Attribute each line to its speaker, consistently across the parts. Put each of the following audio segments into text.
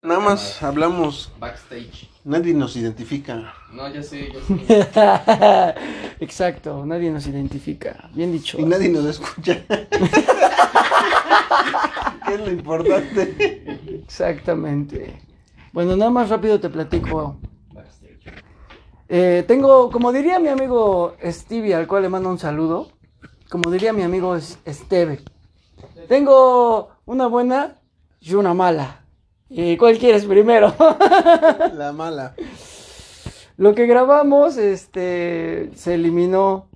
Speaker 1: Nada más hablamos,
Speaker 2: Backstage.
Speaker 1: nadie nos identifica.
Speaker 2: No, ya sé, ya sé.
Speaker 3: Exacto, nadie nos identifica. Bien dicho.
Speaker 1: Y nadie nos escucha. ¿Qué es lo importante?
Speaker 3: Exactamente. Bueno, nada más rápido te platico.
Speaker 2: Backstage.
Speaker 3: Eh, tengo, como diría mi amigo Stevie, al cual le mando un saludo, como diría mi amigo es- Esteve, tengo una buena y una mala. ¿Y cuál quieres primero?
Speaker 1: La mala.
Speaker 3: Lo que grabamos, este, se eliminó.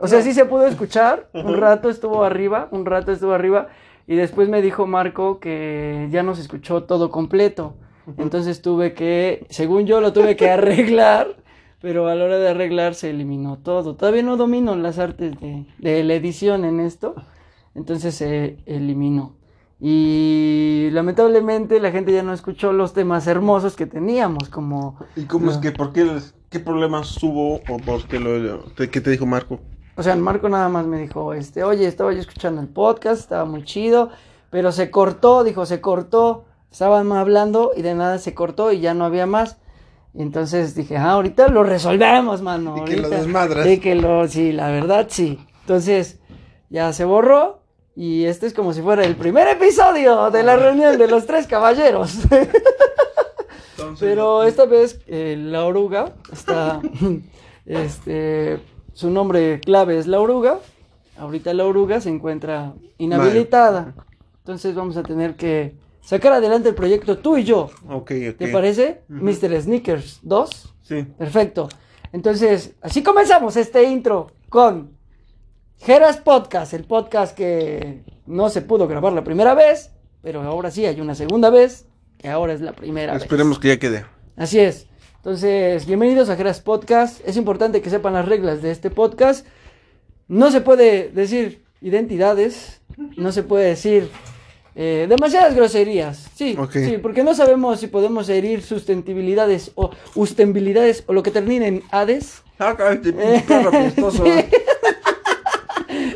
Speaker 3: O sea, sí se pudo escuchar. Un rato estuvo arriba, un rato estuvo arriba. Y después me dijo Marco que ya no se escuchó todo completo. Entonces tuve que, según yo, lo tuve que arreglar. Pero a la hora de arreglar se eliminó todo. Todavía no domino las artes de, de la edición en esto. Entonces se eliminó. Y lamentablemente la gente ya no escuchó los temas hermosos que teníamos, como
Speaker 1: ¿Y cómo es
Speaker 3: No.
Speaker 1: que, por qué, les- qué problemas hubo o por qué lo, te- qué te dijo Marco?
Speaker 3: O sea, el Marco nada más me dijo, este, oye, estaba yo escuchando el podcast, estaba muy chido, pero se cortó, dijo, se cortó, estaban hablando y de nada se cortó y ya no había más. Y entonces dije, ah, ahorita lo resolvemos, mano.
Speaker 1: Y que lo
Speaker 3: ahorita".
Speaker 1: desmadras.
Speaker 3: Sí, que lo, sí, la verdad, sí. Entonces, ya se borró y este es como si fuera el primer episodio de la reunión de los tres caballeros. Pero esta vez eh, la oruga está. este, su nombre clave es la oruga. Ahorita la oruga se encuentra inhabilitada. Entonces vamos a tener que sacar adelante el proyecto tú y yo.
Speaker 1: Ok, ok.
Speaker 3: ¿Te parece?
Speaker 1: Ujú.
Speaker 3: Mr. Sneakers 2.
Speaker 1: Sí.
Speaker 3: Perfecto. Entonces, así comenzamos este intro con Geras Podcast, el podcast que no se pudo grabar la primera vez, pero ahora sí hay una segunda vez, que ahora es la primera vez.
Speaker 1: Esperemos que ya quede.
Speaker 3: Así es. Entonces, bienvenidos a Geras Podcast. Es importante que sepan las reglas de este podcast. No se puede decir identidades, no se puede decir eh, demasiadas groserías. Sí,
Speaker 1: Ok.
Speaker 3: sí, porque no sabemos si podemos herir sustentabilidades o ustembilidades o lo que termine en ades.
Speaker 1: Ah, caray, te pinche perro apestoso.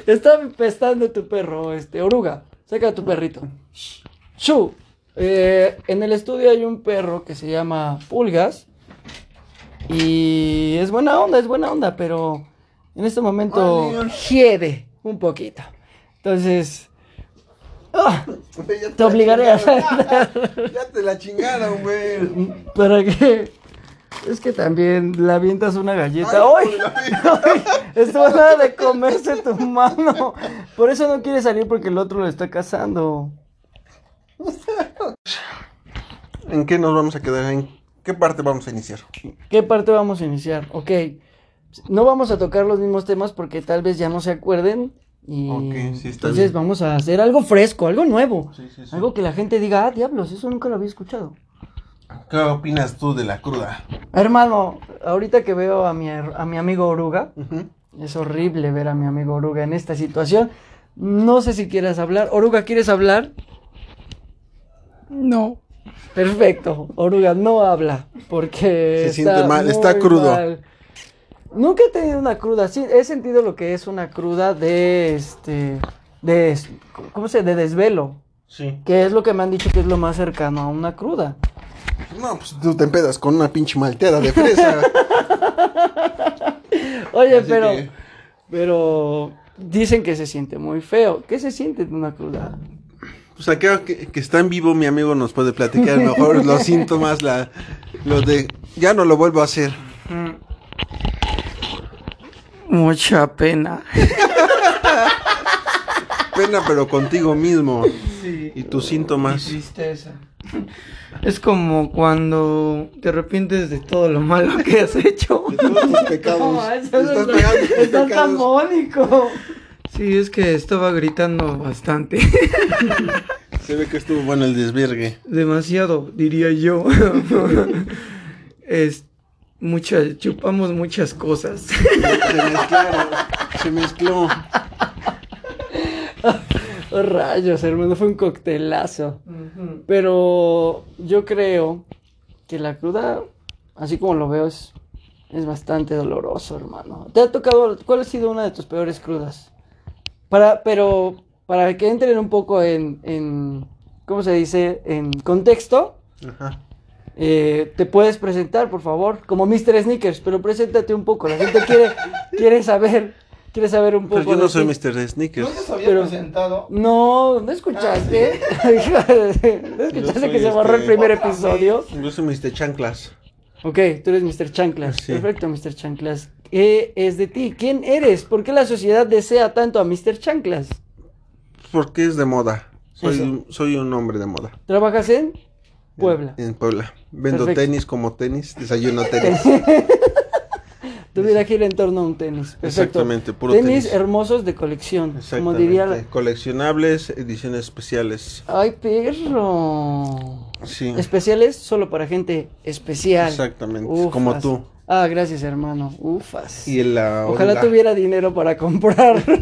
Speaker 3: Está pestando tu perro, este, oruga. Saca a tu perrito. Chu. eh, en el estudio hay un perro que se llama Pulgas. Y es buena onda, es buena onda, pero en este momento
Speaker 1: Ay,
Speaker 3: hiede un poquito. Entonces, ah,
Speaker 1: Güey, ya
Speaker 3: te
Speaker 1: la
Speaker 3: obligaré a
Speaker 1: chingaron. Ya te la chingaron, güey.
Speaker 3: para que. Es que también le avientas una galleta.
Speaker 1: Ay, pues,
Speaker 3: ¡Ay!
Speaker 1: güey.
Speaker 3: Estuvo nada de comerse tu mano. Por eso no quiere salir porque el otro lo está cazando.
Speaker 1: ¿En qué nos vamos a quedar? ¿En qué parte vamos a iniciar?
Speaker 3: ¿Qué parte vamos a iniciar? Ok. No vamos a tocar los mismos temas porque tal vez ya no se acuerden. Y
Speaker 1: Ok, sí, está
Speaker 3: entonces
Speaker 1: bien.
Speaker 3: vamos a hacer algo fresco, algo nuevo.
Speaker 1: Sí, sí, sí.
Speaker 3: Algo que la gente diga, ah, diablos, eso nunca lo había escuchado.
Speaker 1: ¿Qué opinas tú de la cruda?
Speaker 3: Hermano, ahorita que veo a mi, her- a mi amigo Oruga, es horrible ver a mi amigo Oruga en esta situación. No sé si quieras hablar. Oruga, ¿quieres hablar?
Speaker 2: No.
Speaker 3: Perfecto, Oruga no habla porque
Speaker 1: Se siente mal, está
Speaker 3: muy
Speaker 1: crudo.
Speaker 3: Nunca he tenido una cruda, sí, he sentido lo que es una cruda de este de es- ¿cómo se? de desvelo,
Speaker 1: Sí.
Speaker 3: que es lo que me han dicho que es lo más cercano a una cruda.
Speaker 1: No, pues tú te empedas con una pinche malteada de fresa.
Speaker 3: Oye,
Speaker 1: Así
Speaker 3: pero
Speaker 1: que-
Speaker 3: pero dicen que se siente muy feo. ¿Qué se siente de una cruda?
Speaker 1: Pues acá que, que está en vivo mi amigo nos puede platicar mejor los síntomas, la, los de... Ya no lo vuelvo a hacer.
Speaker 3: Mucha pena.
Speaker 1: Pena pero contigo mismo. Y tus síntomas.
Speaker 3: tristeza. Es como cuando te arrepientes de todo lo malo que has hecho.
Speaker 1: De todos tus pecados.
Speaker 3: No, eso
Speaker 1: Estás
Speaker 3: no-
Speaker 1: pegando tus
Speaker 3: estás tan
Speaker 1: pecados.
Speaker 3: mónico.
Speaker 4: Sí, es que estaba gritando bastante.
Speaker 1: Se ve que estuvo bueno el desvergue.
Speaker 4: Demasiado, diría yo. es muchas, chupamos muchas cosas.
Speaker 1: Se mezclaron. Se mezcló.
Speaker 3: Oh, rayos, hermano, fue un coctelazo. Pero yo creo que la cruda, así como lo veo, es, es bastante doloroso, hermano. ¿Te ha tocado, cuál ha sido una de tus peores crudas? Para, pero para que entren un poco en, en ¿cómo se dice? En contexto,
Speaker 1: Ajá.
Speaker 3: Eh, te puedes presentar, por favor, como Mr. Sneakers, pero preséntate un poco. La gente quiere, quiere saber, quiere saber un poco.
Speaker 1: Pero yo no
Speaker 3: de
Speaker 1: soy
Speaker 3: ti.
Speaker 1: Mr.
Speaker 5: No
Speaker 1: Sneakers.
Speaker 5: se había
Speaker 3: Pero-
Speaker 5: presentado.
Speaker 3: No, no escuchaste. ¿No
Speaker 1: Ah, Yo
Speaker 3: escuchaste
Speaker 1: soy
Speaker 3: que se borró el
Speaker 1: este-
Speaker 3: primer
Speaker 5: Otra
Speaker 3: episodio?
Speaker 1: Yo soy Mr. Chanclas.
Speaker 3: Ok, tú eres Mr. Chanclas.
Speaker 1: Sí.
Speaker 3: Perfecto, Mr. Chanclas. ¿Qué es de ti? ¿Quién eres? ¿Por qué la sociedad desea tanto a Mr. Chanclas?
Speaker 1: Porque es de moda. Soy,
Speaker 3: Eso.
Speaker 1: un- soy un hombre de moda.
Speaker 3: ¿Trabajas en Puebla?
Speaker 1: En, en Puebla. Vendo
Speaker 3: Perfecto.
Speaker 1: tenis como tenis, desayuno tenis.
Speaker 3: Tu vida gira en torno a un tenis. Perfecto.
Speaker 1: Exactamente, puro tenis.
Speaker 3: hermosos de colección. Como
Speaker 1: Exactamente.
Speaker 3: diría la...
Speaker 1: Coleccionables, ediciones especiales.
Speaker 3: ¡Ay, perro!
Speaker 1: Sí.
Speaker 3: Especiales solo para gente especial.
Speaker 1: Exactamente,
Speaker 3: Ufas.
Speaker 1: como tú.
Speaker 3: Ah, gracias, hermano. Ufas.
Speaker 1: Y la
Speaker 3: Ojalá
Speaker 1: oruga.
Speaker 3: tuviera dinero para comprar.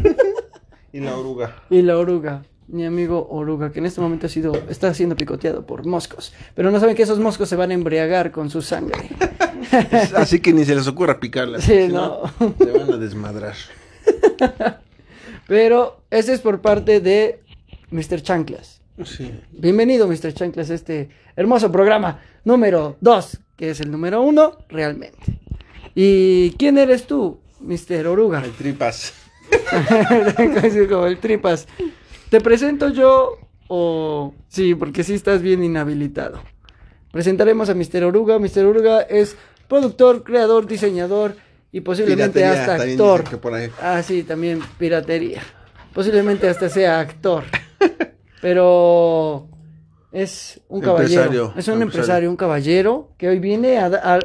Speaker 1: Y la oruga.
Speaker 3: y la oruga. Mi amigo oruga, que en este momento ha sido, está siendo picoteado por moscos. Pero no saben que esos moscos se van a embriagar con su sangre.
Speaker 1: Así que ni se les ocurra picarla.
Speaker 3: Sí,
Speaker 1: si no,
Speaker 3: no.
Speaker 1: Te van a desmadrar.
Speaker 3: Pero ese es por parte de Mr. Chanclas.
Speaker 1: Sí.
Speaker 3: Bienvenido, Mr. Chanclas, a este hermoso programa número 2, que es el número 1 realmente. ¿Y quién eres tú, Mr. Oruga?
Speaker 1: Hay tripas.
Speaker 3: Casi como el tripas. ¿Te presento yo o...? Sí, porque sí estás bien inhabilitado. Presentaremos a Mr. Oruga. Mr. Oruga es productor, creador, diseñador y posiblemente
Speaker 1: Piratería,
Speaker 3: hasta
Speaker 1: también
Speaker 3: actor.
Speaker 1: dicen que por ahí.
Speaker 3: Ah, sí, también piratería. Posiblemente hasta sea actor. Pero es un caballero.
Speaker 1: Empresario,
Speaker 3: es un empresario.
Speaker 1: empresario.
Speaker 3: un caballero que hoy viene a, da- a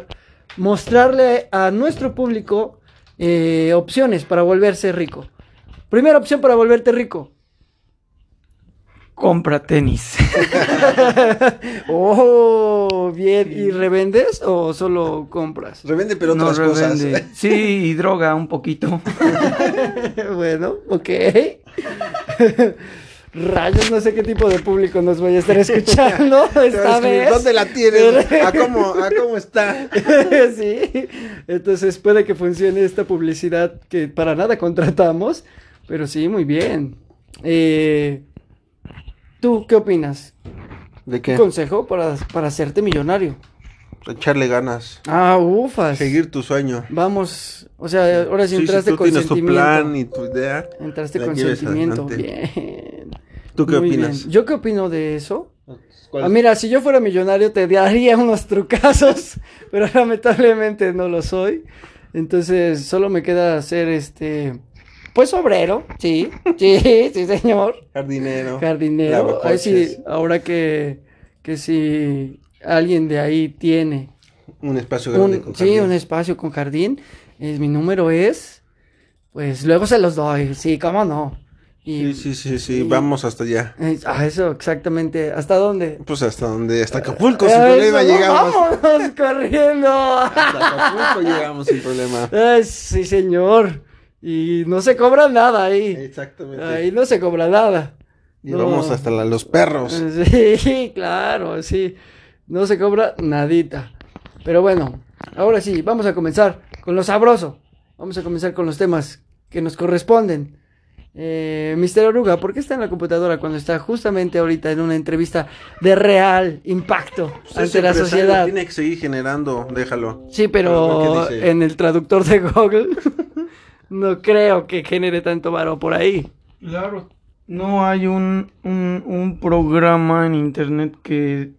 Speaker 3: mostrarle a nuestro público eh, opciones para volverse rico. Primera opción para volverte rico.
Speaker 4: Compra tenis.
Speaker 3: Oh, bien. ¿Y revendes o solo compras?
Speaker 1: Revende, pero
Speaker 4: no
Speaker 1: otras
Speaker 4: revende.
Speaker 1: cosas.
Speaker 4: Sí, y droga un poquito.
Speaker 3: bueno, ok. Rayos, no sé qué tipo de público nos voy a estar escuchando
Speaker 1: Te van a
Speaker 3: esta
Speaker 1: escribir,
Speaker 3: vez.
Speaker 1: ¿Dónde la tienes? ¿A cómo, ¿A cómo está?
Speaker 3: sí. Entonces puede que funcione esta publicidad que para nada contratamos, pero sí, muy bien. Eh, ¿Tú qué opinas?
Speaker 1: ¿De
Speaker 3: ¿Un consejo para, para hacerte millonario?
Speaker 1: Echarle ganas.
Speaker 3: Ah, ufas.
Speaker 1: Seguir tu sueño.
Speaker 3: Vamos, o sea, eh, ahora sí
Speaker 1: Sí,
Speaker 3: entraste
Speaker 1: si tú
Speaker 3: con
Speaker 1: tienes tu
Speaker 3: sentimiento.
Speaker 1: plan y tu idea.
Speaker 3: Entraste
Speaker 1: La
Speaker 3: con
Speaker 1: lleves
Speaker 3: sentimiento.
Speaker 1: adelante.
Speaker 3: Bien.
Speaker 1: ¿Tú qué
Speaker 3: Muy bien.
Speaker 1: opinas?
Speaker 3: ¿Yo qué opino de eso?
Speaker 1: ¿Cuál-
Speaker 3: Ah, mira, si yo fuera millonario te daría unos trucazos, pero lamentablemente no lo soy. Entonces, solo me queda ser este. Pues obrero, sí, sí, sí, señor.
Speaker 1: Jardinero.
Speaker 3: Jardinero. Ahí
Speaker 1: lavacoches.
Speaker 3: sí, ahora que, que si alguien de ahí tiene
Speaker 1: Un espacio grande.
Speaker 3: un,
Speaker 1: con
Speaker 3: sí,
Speaker 1: jardín.
Speaker 3: un espacio con jardín. Es, mi número es. Pues luego se los doy. Sí, cómo no. Y,
Speaker 1: Sí, sí, sí, sí.
Speaker 3: y-
Speaker 1: Vamos hasta allá.
Speaker 3: eh, ah, eso, exactamente. ¿Hasta dónde?
Speaker 1: Pues hasta donde, hasta Acapulco, sin
Speaker 3: Eh, Eso,
Speaker 1: problema
Speaker 3: no,
Speaker 1: llegamos.
Speaker 3: Vámonos corriendo.
Speaker 1: Hasta Acapulco llegamos sin problema.
Speaker 3: Ay, sí, señor. Y no se cobra nada ahí.
Speaker 1: Exactamente.
Speaker 3: Ahí no se cobra nada.
Speaker 1: y
Speaker 3: no. Eh,
Speaker 1: vamos hasta la- los perros.
Speaker 3: Sí, claro, sí. No se cobra nadita. Pero bueno, ahora sí, vamos a comenzar con lo sabroso. Vamos a comenzar con los temas que nos corresponden. Eh, Mister Oruga, ¿por qué está en la computadora cuando está justamente ahorita en una entrevista de real impacto
Speaker 1: Usted es
Speaker 3: ante la
Speaker 1: Pues empresario,
Speaker 3: sociedad?
Speaker 1: Tiene que seguir generando, déjalo.
Speaker 3: Sí,
Speaker 1: Pero,
Speaker 3: pero
Speaker 1: ¿qué dice?
Speaker 3: en el traductor de Google no creo que genere tanto varo por ahí.
Speaker 4: Claro. No hay un, un, un programa en internet que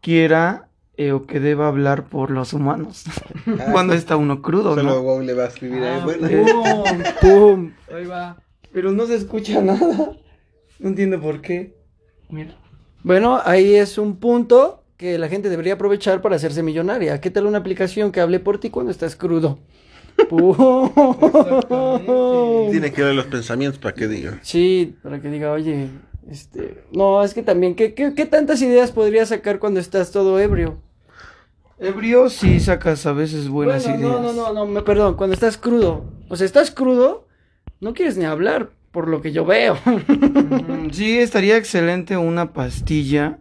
Speaker 4: quiera eh, o que deba hablar por los humanos.
Speaker 3: Ah,
Speaker 4: Cuando está uno crudo,
Speaker 1: Solo
Speaker 4: ¿no?
Speaker 1: Google le va a escribir ahí. Bueno,
Speaker 3: ¡Pum! ¡Pum!
Speaker 4: Ahí va. Pero no se escucha nada. No entiendo por qué. Mira.
Speaker 3: Bueno, ahí es un punto que la gente debería aprovechar para hacerse millonaria. ¿Qué tal una aplicación que hable por ti cuando estás crudo? ¡Pum!
Speaker 4: Exactamente.
Speaker 1: tiene que ver los pensamientos para que diga.
Speaker 3: Sí, para que diga, oye, este... No, es que también, ¿qué, qué, qué tantas ideas podrías sacar cuando estás todo ebrio?
Speaker 4: Ebrio sí sacas a veces buenas
Speaker 3: Bueno,
Speaker 4: ideas.
Speaker 3: No, no, no, no, me- perdón, cuando estás crudo. O sea, estás crudo, no quieres ni hablar, por lo que yo veo.
Speaker 4: Ujú, Mm, Sí, estaría excelente una pastilla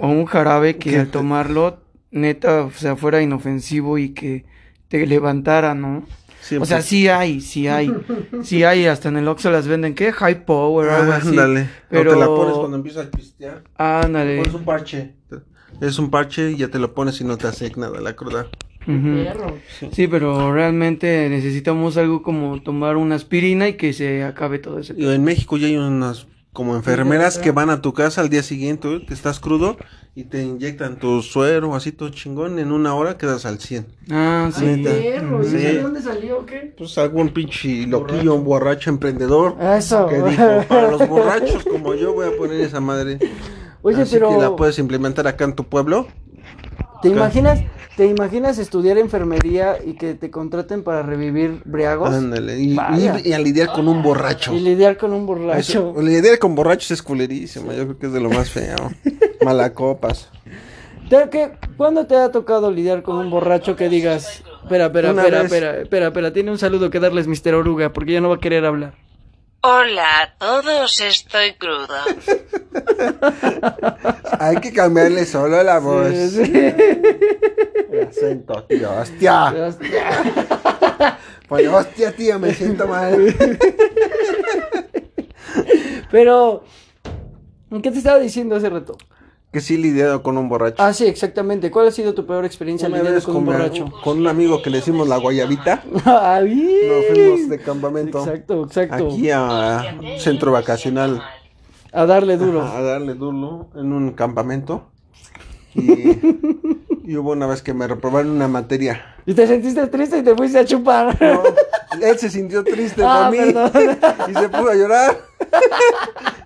Speaker 4: o un jarabe que al tomarlo, neta, o sea, fuera inofensivo y que te levantara, ¿no? O
Speaker 1: Siempre.
Speaker 4: sea, sí hay, sí hay. Sí hay, hasta en el Oxxo las venden, ¿qué? High Power, algo
Speaker 1: Ah,
Speaker 4: así.
Speaker 1: ándale. Pero...
Speaker 4: Pero-
Speaker 1: te la pones cuando empiezas a pistear.
Speaker 4: Ándale.
Speaker 1: Pones un parche. Es un parche y ya te lo pones y no te hace nada la cruda.
Speaker 4: Ujú.
Speaker 2: Perro.
Speaker 4: Sí, pero realmente necesitamos algo como tomar una aspirina y que se acabe todo ese.
Speaker 1: Y En México ya hay unas como enfermeras que van a tu casa al día siguiente, güey, que estás crudo y te inyectan tu suero así todo chingón. En una hora quedas al 100.
Speaker 4: Ah, sí.
Speaker 1: Neta.
Speaker 3: perro, ¿y
Speaker 1: Sí.
Speaker 3: de dónde salió o qué?
Speaker 1: Pues algún pinche loquillo, un borracho emprendedor.
Speaker 3: Eso.
Speaker 1: Que dijo, para los borrachos como yo voy a poner esa madre.
Speaker 3: Oye,
Speaker 1: Así
Speaker 3: pero
Speaker 1: que la puedes implementar acá en tu pueblo.
Speaker 3: ¿te imaginas te imaginas estudiar enfermería y que te contraten para revivir briagos
Speaker 1: Ándale. Y,
Speaker 3: Vaya.
Speaker 1: y- y a lidiar con un borracho.
Speaker 3: y lidiar con un
Speaker 1: Eso,
Speaker 3: borracho?
Speaker 1: lidiar con borrachos es culerísimo. Yo creo que es de lo más feo. Malacopas.
Speaker 3: ¿Te- qué- ¿Cuándo te ha tocado lidiar con un borracho que digas, espera, espera,
Speaker 1: Una
Speaker 3: espera,
Speaker 1: vez.
Speaker 3: espera, espera, espera, tiene un saludo que darles Mr. Oruga porque ya no va a querer hablar?
Speaker 5: Hola a todos, estoy crudo.
Speaker 1: Hay que cambiarle solo la voz.
Speaker 3: Sí, sí.
Speaker 1: El acento, tío. Hostia.
Speaker 3: Hostia.
Speaker 1: Pues, hostia, tío, me siento mal.
Speaker 3: Pero, ¿qué te estaba diciendo hace rato?
Speaker 1: Que sí he lidiado con un borracho.
Speaker 3: Ah, sí, exactamente. ¿Cuál ha sido tu peor experiencia
Speaker 1: Una
Speaker 3: lidiando
Speaker 1: vez
Speaker 3: con un
Speaker 1: con-
Speaker 3: borracho?
Speaker 1: con un amigo que le hicimos la guayabita.
Speaker 3: Ay.
Speaker 1: Nos fuimos de campamento.
Speaker 3: Exacto, exacto.
Speaker 1: Aquí a un centro vacacional.
Speaker 3: A darle duro.
Speaker 1: A darle duro en un campamento. Y, y hubo una vez que me reprobaron una materia.
Speaker 3: Y te sentiste triste y te fuiste a chupar.
Speaker 1: No, él se sintió triste
Speaker 3: Ah,
Speaker 1: por mí
Speaker 3: perdón.
Speaker 1: y se puso a llorar.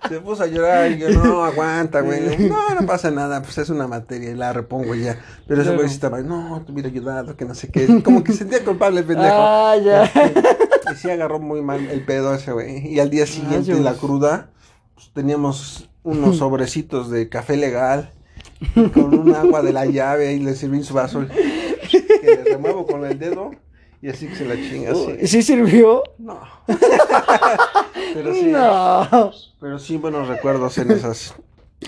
Speaker 1: Se puso a llorar y yo, no, aguanta, güey. Le digo, No, no pasa nada, pues es una materia y la repongo y ya. Pero ese güey sí estaba, no, te hubiera ayudado, que no sé qué. Como que sentía culpable el pendejo.
Speaker 3: ah, ya. Ah,
Speaker 1: Y sí agarró muy mal el pedo ese güey. Y al día siguiente,
Speaker 3: Rayos.
Speaker 1: la cruda, pues, teníamos unos sobrecitos de café legal con un agua de la llave y le sirví en su vaso. Que le remuevo con el dedo y así que se la chinga
Speaker 3: ¿Y
Speaker 1: así.
Speaker 3: ¿Sí sirvió?
Speaker 1: No. pero sí,
Speaker 3: No.
Speaker 1: pero sí buenos recuerdos en esas,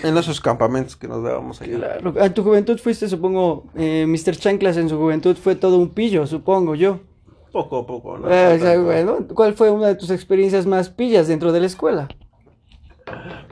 Speaker 1: en esos campamentos que nos dábamos allá.
Speaker 3: Claro. En tu juventud fuiste, supongo, eh, Mr. Chanclas en su juventud fue todo un pillo, supongo yo.
Speaker 1: Poco a poco, ¿no?
Speaker 3: Eh, o sea,
Speaker 1: Tanto.
Speaker 3: bueno, ¿Cuál fue una de tus experiencias más pillas dentro de la escuela?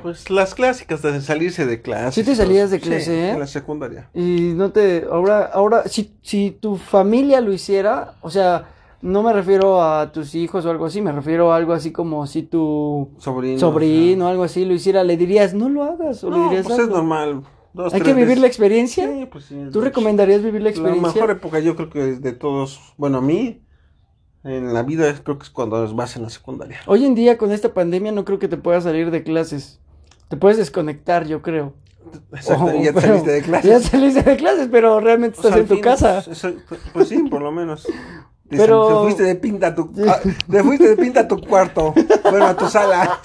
Speaker 1: Pues las clásicas de salirse de clase.
Speaker 3: ¿Sí te salías de
Speaker 1: Sí,
Speaker 3: clase, eh?
Speaker 1: En la secundaria.
Speaker 3: Y no te, ahora, ahora, si, si tu familia lo hiciera, o sea, no me refiero a tus hijos o algo así, me refiero a algo así como si tu
Speaker 1: Sobrino.
Speaker 3: sobrino o algo así lo hiciera, le dirías, no lo hagas, o le
Speaker 1: No,
Speaker 3: dirías
Speaker 1: pues es
Speaker 3: algo.
Speaker 1: normal. Dos,
Speaker 3: Hay que
Speaker 1: tres
Speaker 3: vivir
Speaker 1: veces.
Speaker 3: la experiencia.
Speaker 1: Sí, pues sí,
Speaker 3: ¿Tú
Speaker 1: de-
Speaker 3: recomendarías vivir la experiencia?
Speaker 1: La mejor época yo creo que es de todos, bueno, a mí, en la vida creo que es cuando vas en la secundaria.
Speaker 3: Hoy en día con esta pandemia no creo que te puedas salir de clases. Te puedes desconectar, yo creo.
Speaker 1: Exacto,
Speaker 3: Oh,
Speaker 1: ya te
Speaker 3: pero-
Speaker 1: saliste de clase.
Speaker 3: Ya saliste de clases, pero realmente estás en tu casa.
Speaker 1: Pues sí, por lo menos. Te-
Speaker 3: Pero-
Speaker 1: Te fuiste de pinta a tu... ah, te fuiste de pinta a tu cuarto. Bueno, a tu sala.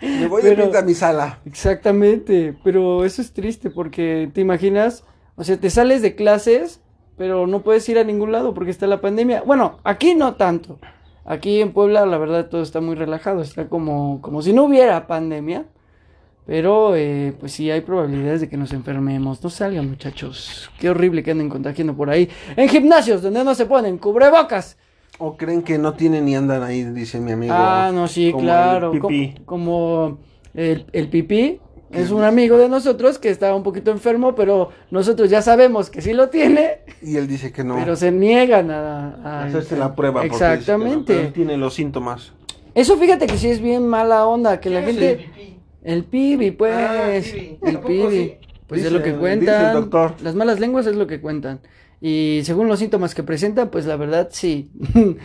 Speaker 1: Me voy de
Speaker 3: Pero-
Speaker 1: pinta a mi sala.
Speaker 3: Exactamente, pero eso es triste porque te imaginas, o sea, te sales de clases, pero no puedes ir a ningún lado porque está la pandemia. Bueno, aquí no tanto. Aquí en Puebla, la verdad, todo está muy relajado, está como, como si no hubiera pandemia. Pero, eh, pues sí, hay probabilidades de que nos enfermemos. No salgan, muchachos. Qué horrible que anden contagiando por ahí. En gimnasios, donde no se ponen cubrebocas.
Speaker 1: O creen que no tienen y andan ahí, dice mi amigo.
Speaker 3: Ah, no, sí,
Speaker 1: como el
Speaker 3: claro. co-
Speaker 1: pipí.
Speaker 3: Como, el, el pipí es un amigo de nosotros que estaba un poquito enfermo, pero nosotros ya sabemos que sí lo tiene,
Speaker 1: Y él dice que no.
Speaker 3: pero se niegan a, a- a-
Speaker 1: Hacerse la prueba. porque dice que no,
Speaker 3: Exactamente.
Speaker 1: pero él tiene los síntomas.
Speaker 3: Eso fíjate que sí es bien mala onda, que la
Speaker 2: ¿Qué es
Speaker 3: gente...
Speaker 2: el pipí?
Speaker 3: El pibi, pues.
Speaker 2: Ah, el pibi.
Speaker 3: El
Speaker 2: ¿A poco
Speaker 3: pibi.
Speaker 2: sí?
Speaker 3: Pues es
Speaker 1: Dice-
Speaker 3: lo que
Speaker 1: dice el
Speaker 3: cuentan.
Speaker 1: doctor.
Speaker 3: Las malas lenguas es lo que cuentan. Y según los síntomas que presentan, pues la verdad sí.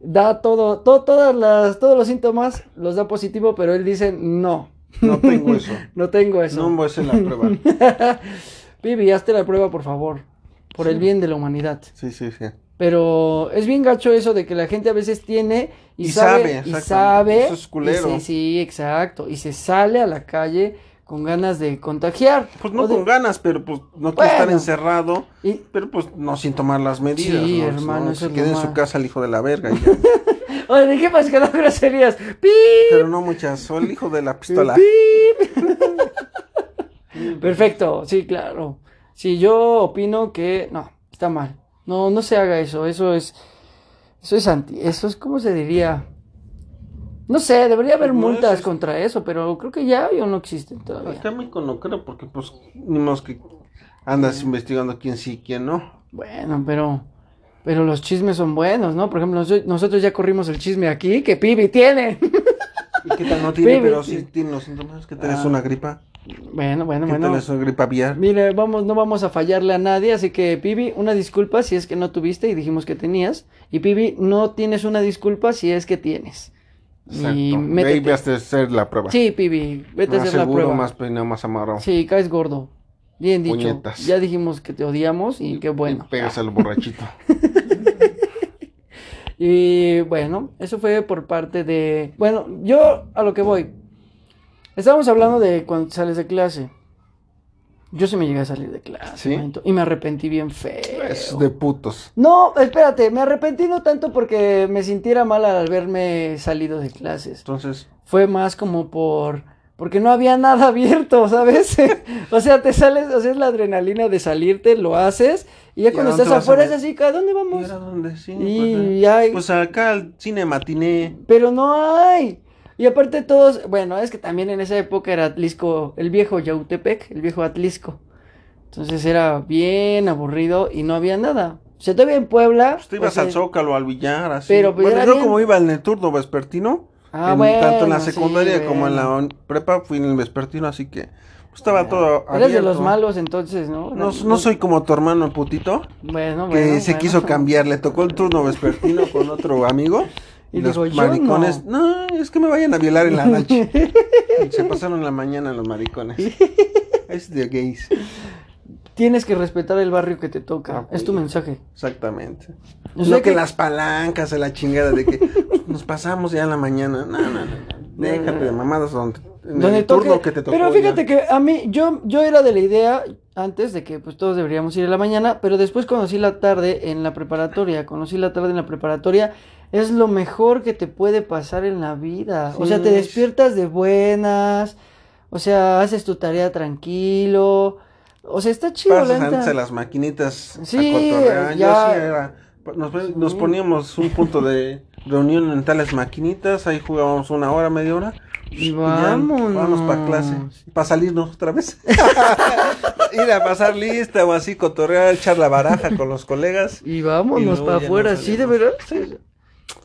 Speaker 3: da todo, to- todas las, todos los síntomas los da positivo, pero él dice no,
Speaker 1: No tengo eso.
Speaker 3: no tengo eso.
Speaker 1: No voy a hacer la prueba.
Speaker 3: Pibi, hazte la prueba, por favor. Por el bien de la humanidad.
Speaker 1: Sí, sí, sí.
Speaker 3: Pero es bien gacho eso de que la gente a veces tiene y,
Speaker 1: Y sabe,
Speaker 3: sabe, y
Speaker 1: exactamente.
Speaker 3: sabe.
Speaker 1: Eso es culero.
Speaker 3: y se- sí, exacto. Y se sale a la calle con ganas de contagiar.
Speaker 1: Pues no
Speaker 3: O de-
Speaker 1: con ganas, pero pues no quiere
Speaker 3: Bueno.
Speaker 1: estar encerrado,
Speaker 3: y-
Speaker 1: pero pues no sin tomar las medidas.
Speaker 3: Sí,
Speaker 1: ¿no?
Speaker 3: hermano,
Speaker 1: No,
Speaker 3: eso
Speaker 1: se
Speaker 3: es lo
Speaker 1: quede en
Speaker 3: más.
Speaker 1: su casa el hijo de la verga. y ya.
Speaker 3: Oye, dije más que no groserías. ¡Pi!
Speaker 1: pero no muchas, o el hijo de la pistola.
Speaker 3: ¡Pi! Perfecto, sí, claro. Sí, yo opino que no, está mal. No, no se haga eso. Eso es. Eso es anti. Eso es, ¿cómo se diría? No sé, debería haber
Speaker 1: No,
Speaker 3: multas
Speaker 1: eso es-
Speaker 3: contra eso, pero creo que ya o no existen todavía.
Speaker 1: Acá en México no creo, porque pues ni más que Andas investigando quién sí, quién no.
Speaker 3: Bueno, pero. Pero los chismes son buenos, ¿no? Por ejemplo, noso- nosotros ya corrimos el chisme aquí, que Pibi tiene.
Speaker 1: ¿Y qué tal no tiene?
Speaker 3: Baby,
Speaker 1: pero
Speaker 3: sí.
Speaker 1: sí tiene los síntomas. ¿Qué tenés
Speaker 3: Ah.
Speaker 1: una gripa?
Speaker 3: Bueno, bueno,
Speaker 1: ¿Qué
Speaker 3: bueno.
Speaker 1: tenés una gripa aviar?
Speaker 3: Mire, vamos, no vamos a fallarle a nadie, así que Pibi, una disculpa si es que no tuviste y dijimos que tenías. Y Pibi, no tienes una disculpa si es que tienes. Y métete.
Speaker 1: Baby, hasta hacer la prueba.
Speaker 3: Sí, Pibi, vete a
Speaker 1: Más
Speaker 3: hacer la
Speaker 1: seguro,
Speaker 3: prueba.
Speaker 1: más peinado, más amarrado.
Speaker 3: Sí, caes gordo. Bien dicho.
Speaker 1: Puñetas.
Speaker 3: Ya dijimos que te odiamos y qué bueno.
Speaker 1: Y pegas al borrachito.
Speaker 3: Y bueno, eso fue por parte de... Bueno, yo a lo que voy. Estábamos hablando de cuando sales de clase. Yo sí me llegué a salir de clase.
Speaker 1: ¿Sí?
Speaker 3: manito, y me arrepentí bien feo.
Speaker 1: es de putos.
Speaker 3: No, espérate, me arrepentí no tanto porque me sintiera mal al haberme salido de clases.
Speaker 1: Entonces,
Speaker 3: Fue más como por... Porque no había nada abierto, ¿sabes? o sea, te sales, o sea, es la adrenalina de salirte, lo haces. Y ya
Speaker 1: ¿Y a
Speaker 3: cuando
Speaker 1: dónde
Speaker 3: estás
Speaker 1: vas a
Speaker 3: afuera es
Speaker 1: ver?
Speaker 3: así, ¿a dónde
Speaker 1: ¿y
Speaker 3: vamos?
Speaker 1: ahora dónde? Sí,
Speaker 3: Y
Speaker 1: pues, eh,
Speaker 3: hay-
Speaker 1: pues acá al cine matiné.
Speaker 3: Pero no hay. Y aparte todos, bueno, es que también en esa época era Atlisco, el viejo Yautepec, el viejo Atlisco. Entonces era bien aburrido y no había nada. O sea, todavía en Puebla.
Speaker 1: Pues te ibas
Speaker 3: o sea,
Speaker 1: al Zócalo, al billar, así.
Speaker 3: Pero, pues,
Speaker 1: bueno,
Speaker 3: era
Speaker 1: yo
Speaker 3: bien.
Speaker 1: como iba en el turno vespertino,
Speaker 3: Ah,
Speaker 1: en-
Speaker 3: bueno,
Speaker 1: tanto en la
Speaker 3: sí,
Speaker 1: secundaria como en la
Speaker 3: bueno.
Speaker 1: on- prepa fui en el vespertino, así que pues, estaba todo
Speaker 3: Eras de
Speaker 1: abierto.
Speaker 3: los malos entonces, ¿no?
Speaker 1: No, no soy como tu hermano el putito,
Speaker 3: Bueno,
Speaker 1: que
Speaker 3: bueno,
Speaker 1: se
Speaker 3: bueno.
Speaker 1: quiso cambiar, le tocó el turno vespertino con otro amigo.
Speaker 3: Y dijo, "Yo
Speaker 1: maricones, no. es que me vayan a violar en la noche. Y se pasaron la mañana los maricones. Es de gays,
Speaker 3: Tienes que respetar el barrio que te toca.
Speaker 1: Ah,
Speaker 3: es tu
Speaker 1: güey.
Speaker 3: mensaje.
Speaker 1: exactamente.
Speaker 3: O
Speaker 1: no
Speaker 3: sea
Speaker 1: que,
Speaker 3: que-
Speaker 1: las palancas, a la chingada de que nos pasamos ya en la mañana. No, no, no. no. Déjate de mamadas donde, en
Speaker 3: Donde
Speaker 1: el turno
Speaker 3: toque.
Speaker 1: que te tocó.
Speaker 3: Pero
Speaker 1: ya.
Speaker 3: fíjate que a mí, yo, yo era de la idea antes de que pues todos deberíamos ir en la mañana, pero después conocí la tarde en la preparatoria, conocí la tarde en la preparatoria, es lo mejor que te puede pasar en la vida. O sea, te
Speaker 1: Sí.
Speaker 3: despiertas de buenas, o sea, haces tu tarea tranquilo, o sea, está chido, la
Speaker 1: Pasas
Speaker 3: neta.
Speaker 1: antes a las maquinitas
Speaker 3: Sí,
Speaker 1: a cotorrear.
Speaker 3: ya.
Speaker 1: Yo sí era. Nos, pon- nos poníamos un punto de reunión en tales maquinitas. Ahí jugábamos una hora, media hora.
Speaker 3: Y
Speaker 1: ya,
Speaker 3: vámonos.
Speaker 1: Vamos para clase. Para salirnos otra vez. Ir a pasar lista o así, cotorrear, echar la baraja con los colegas. Y
Speaker 3: Y vámonos
Speaker 1: luego
Speaker 3: para
Speaker 1: ya nos
Speaker 3: afuera, ¿sí de
Speaker 1: salimos.
Speaker 3: verdad?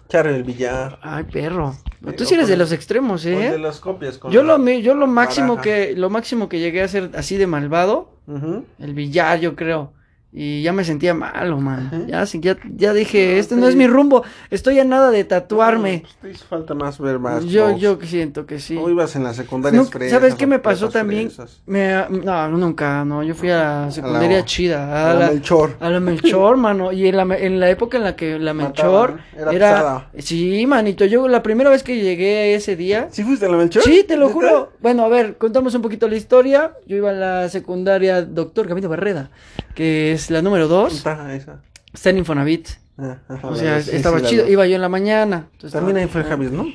Speaker 1: Echar el billar.
Speaker 3: Ay, perro.
Speaker 1: Pero
Speaker 3: Tú sí eres de
Speaker 1: con-
Speaker 3: los extremos, ¿eh?
Speaker 1: Con de las copias. con
Speaker 3: Yo
Speaker 1: la-
Speaker 3: lo, mi- yo lo máximo
Speaker 1: baraja.
Speaker 3: que lo máximo que llegué a ser así de malvado,
Speaker 1: Ujú.
Speaker 3: el billar, yo creo. Y ya me sentía malo, man.
Speaker 1: Ajá.
Speaker 3: Ya, sí, ya, ya dije,
Speaker 1: No,
Speaker 3: este no es
Speaker 1: sí.
Speaker 3: mi rumbo. Estoy a nada de tatuarme.
Speaker 1: Pues te hizo falta más ver más.
Speaker 3: yo,
Speaker 1: balls.
Speaker 3: yo siento que sí.
Speaker 1: O ibas en la secundaria.
Speaker 3: Nunca- ¿Sabes qué me pasó también? Me- no, nunca, no. Yo fui a la secundaria chida. A la,
Speaker 1: Melchor.
Speaker 3: a la Melchor, mano. Y en la, me- en la época en la que la Melchor
Speaker 1: Mataban, era
Speaker 3: era.
Speaker 1: pisada.
Speaker 3: Sí, manito. Yo la primera vez que llegué ese día.
Speaker 1: ¿Sí fuiste a la Melchor? Ah,
Speaker 3: Sí, te lo
Speaker 1: ¿Neta?
Speaker 3: juro. Bueno, a ver, contamos un poquito la historia. Yo iba a la secundaria Doctor Camilo Barreda, que es la número 2.
Speaker 1: Está esa.
Speaker 3: Está en Infonavit.
Speaker 1: Ah, ajá,
Speaker 3: pues. O
Speaker 1: la
Speaker 3: sea,
Speaker 1: dos.
Speaker 3: estaba
Speaker 1: Sí, la
Speaker 3: chido.
Speaker 1: dos.
Speaker 3: Iba yo en la mañana. entonces
Speaker 1: También ahí
Speaker 3: estaba-
Speaker 1: fue Javis, ¿no?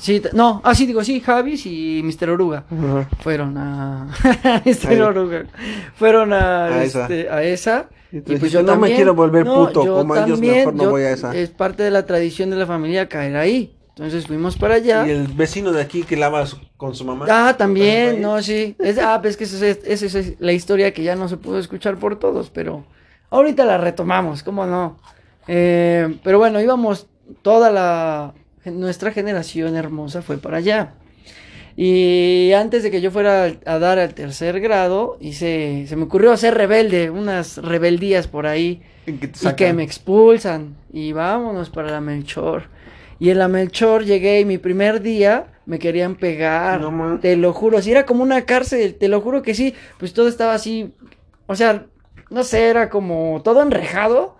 Speaker 3: Sí, t- no. Ah, sí, digo, sí, Javis y Mr. Oruga.
Speaker 1: Ajá.
Speaker 3: Fueron a. Mr.
Speaker 1: Ahí.
Speaker 3: Oruga. Fueron a,
Speaker 1: A esa.
Speaker 3: este, a esa. pues
Speaker 1: Y tú dijiste, "No me quiero volver puto como ellos, mejor no voy a esa".
Speaker 3: Es parte de la tradición de la familia caer ahí. Entonces fuimos para allá.
Speaker 1: Y el vecino de aquí que lava su- con su mamá.
Speaker 3: Ah,
Speaker 1: Ahí.
Speaker 3: también, no, sí. Es, ah, pues que esa es, esa es la historia que ya no se pudo escuchar por todos, pero ahorita la retomamos, ¿cómo no? Eh, pero bueno, íbamos, toda la, nuestra generación hermosa fue para allá. Y antes de que yo fuera al- a dar al tercer grado, hice, se me ocurrió ser rebelde, unas rebeldías por ahí.
Speaker 1: Y que te
Speaker 3: Y que
Speaker 1: sacan.
Speaker 3: me expulsan. Y vámonos para la Melchor. Y en la Melchor llegué y mi primer día me querían pegar.
Speaker 1: No ma-
Speaker 3: te lo juro. Si era como una cárcel, te lo juro que sí. Pues todo estaba así. O sea, no sé, era como todo enrejado.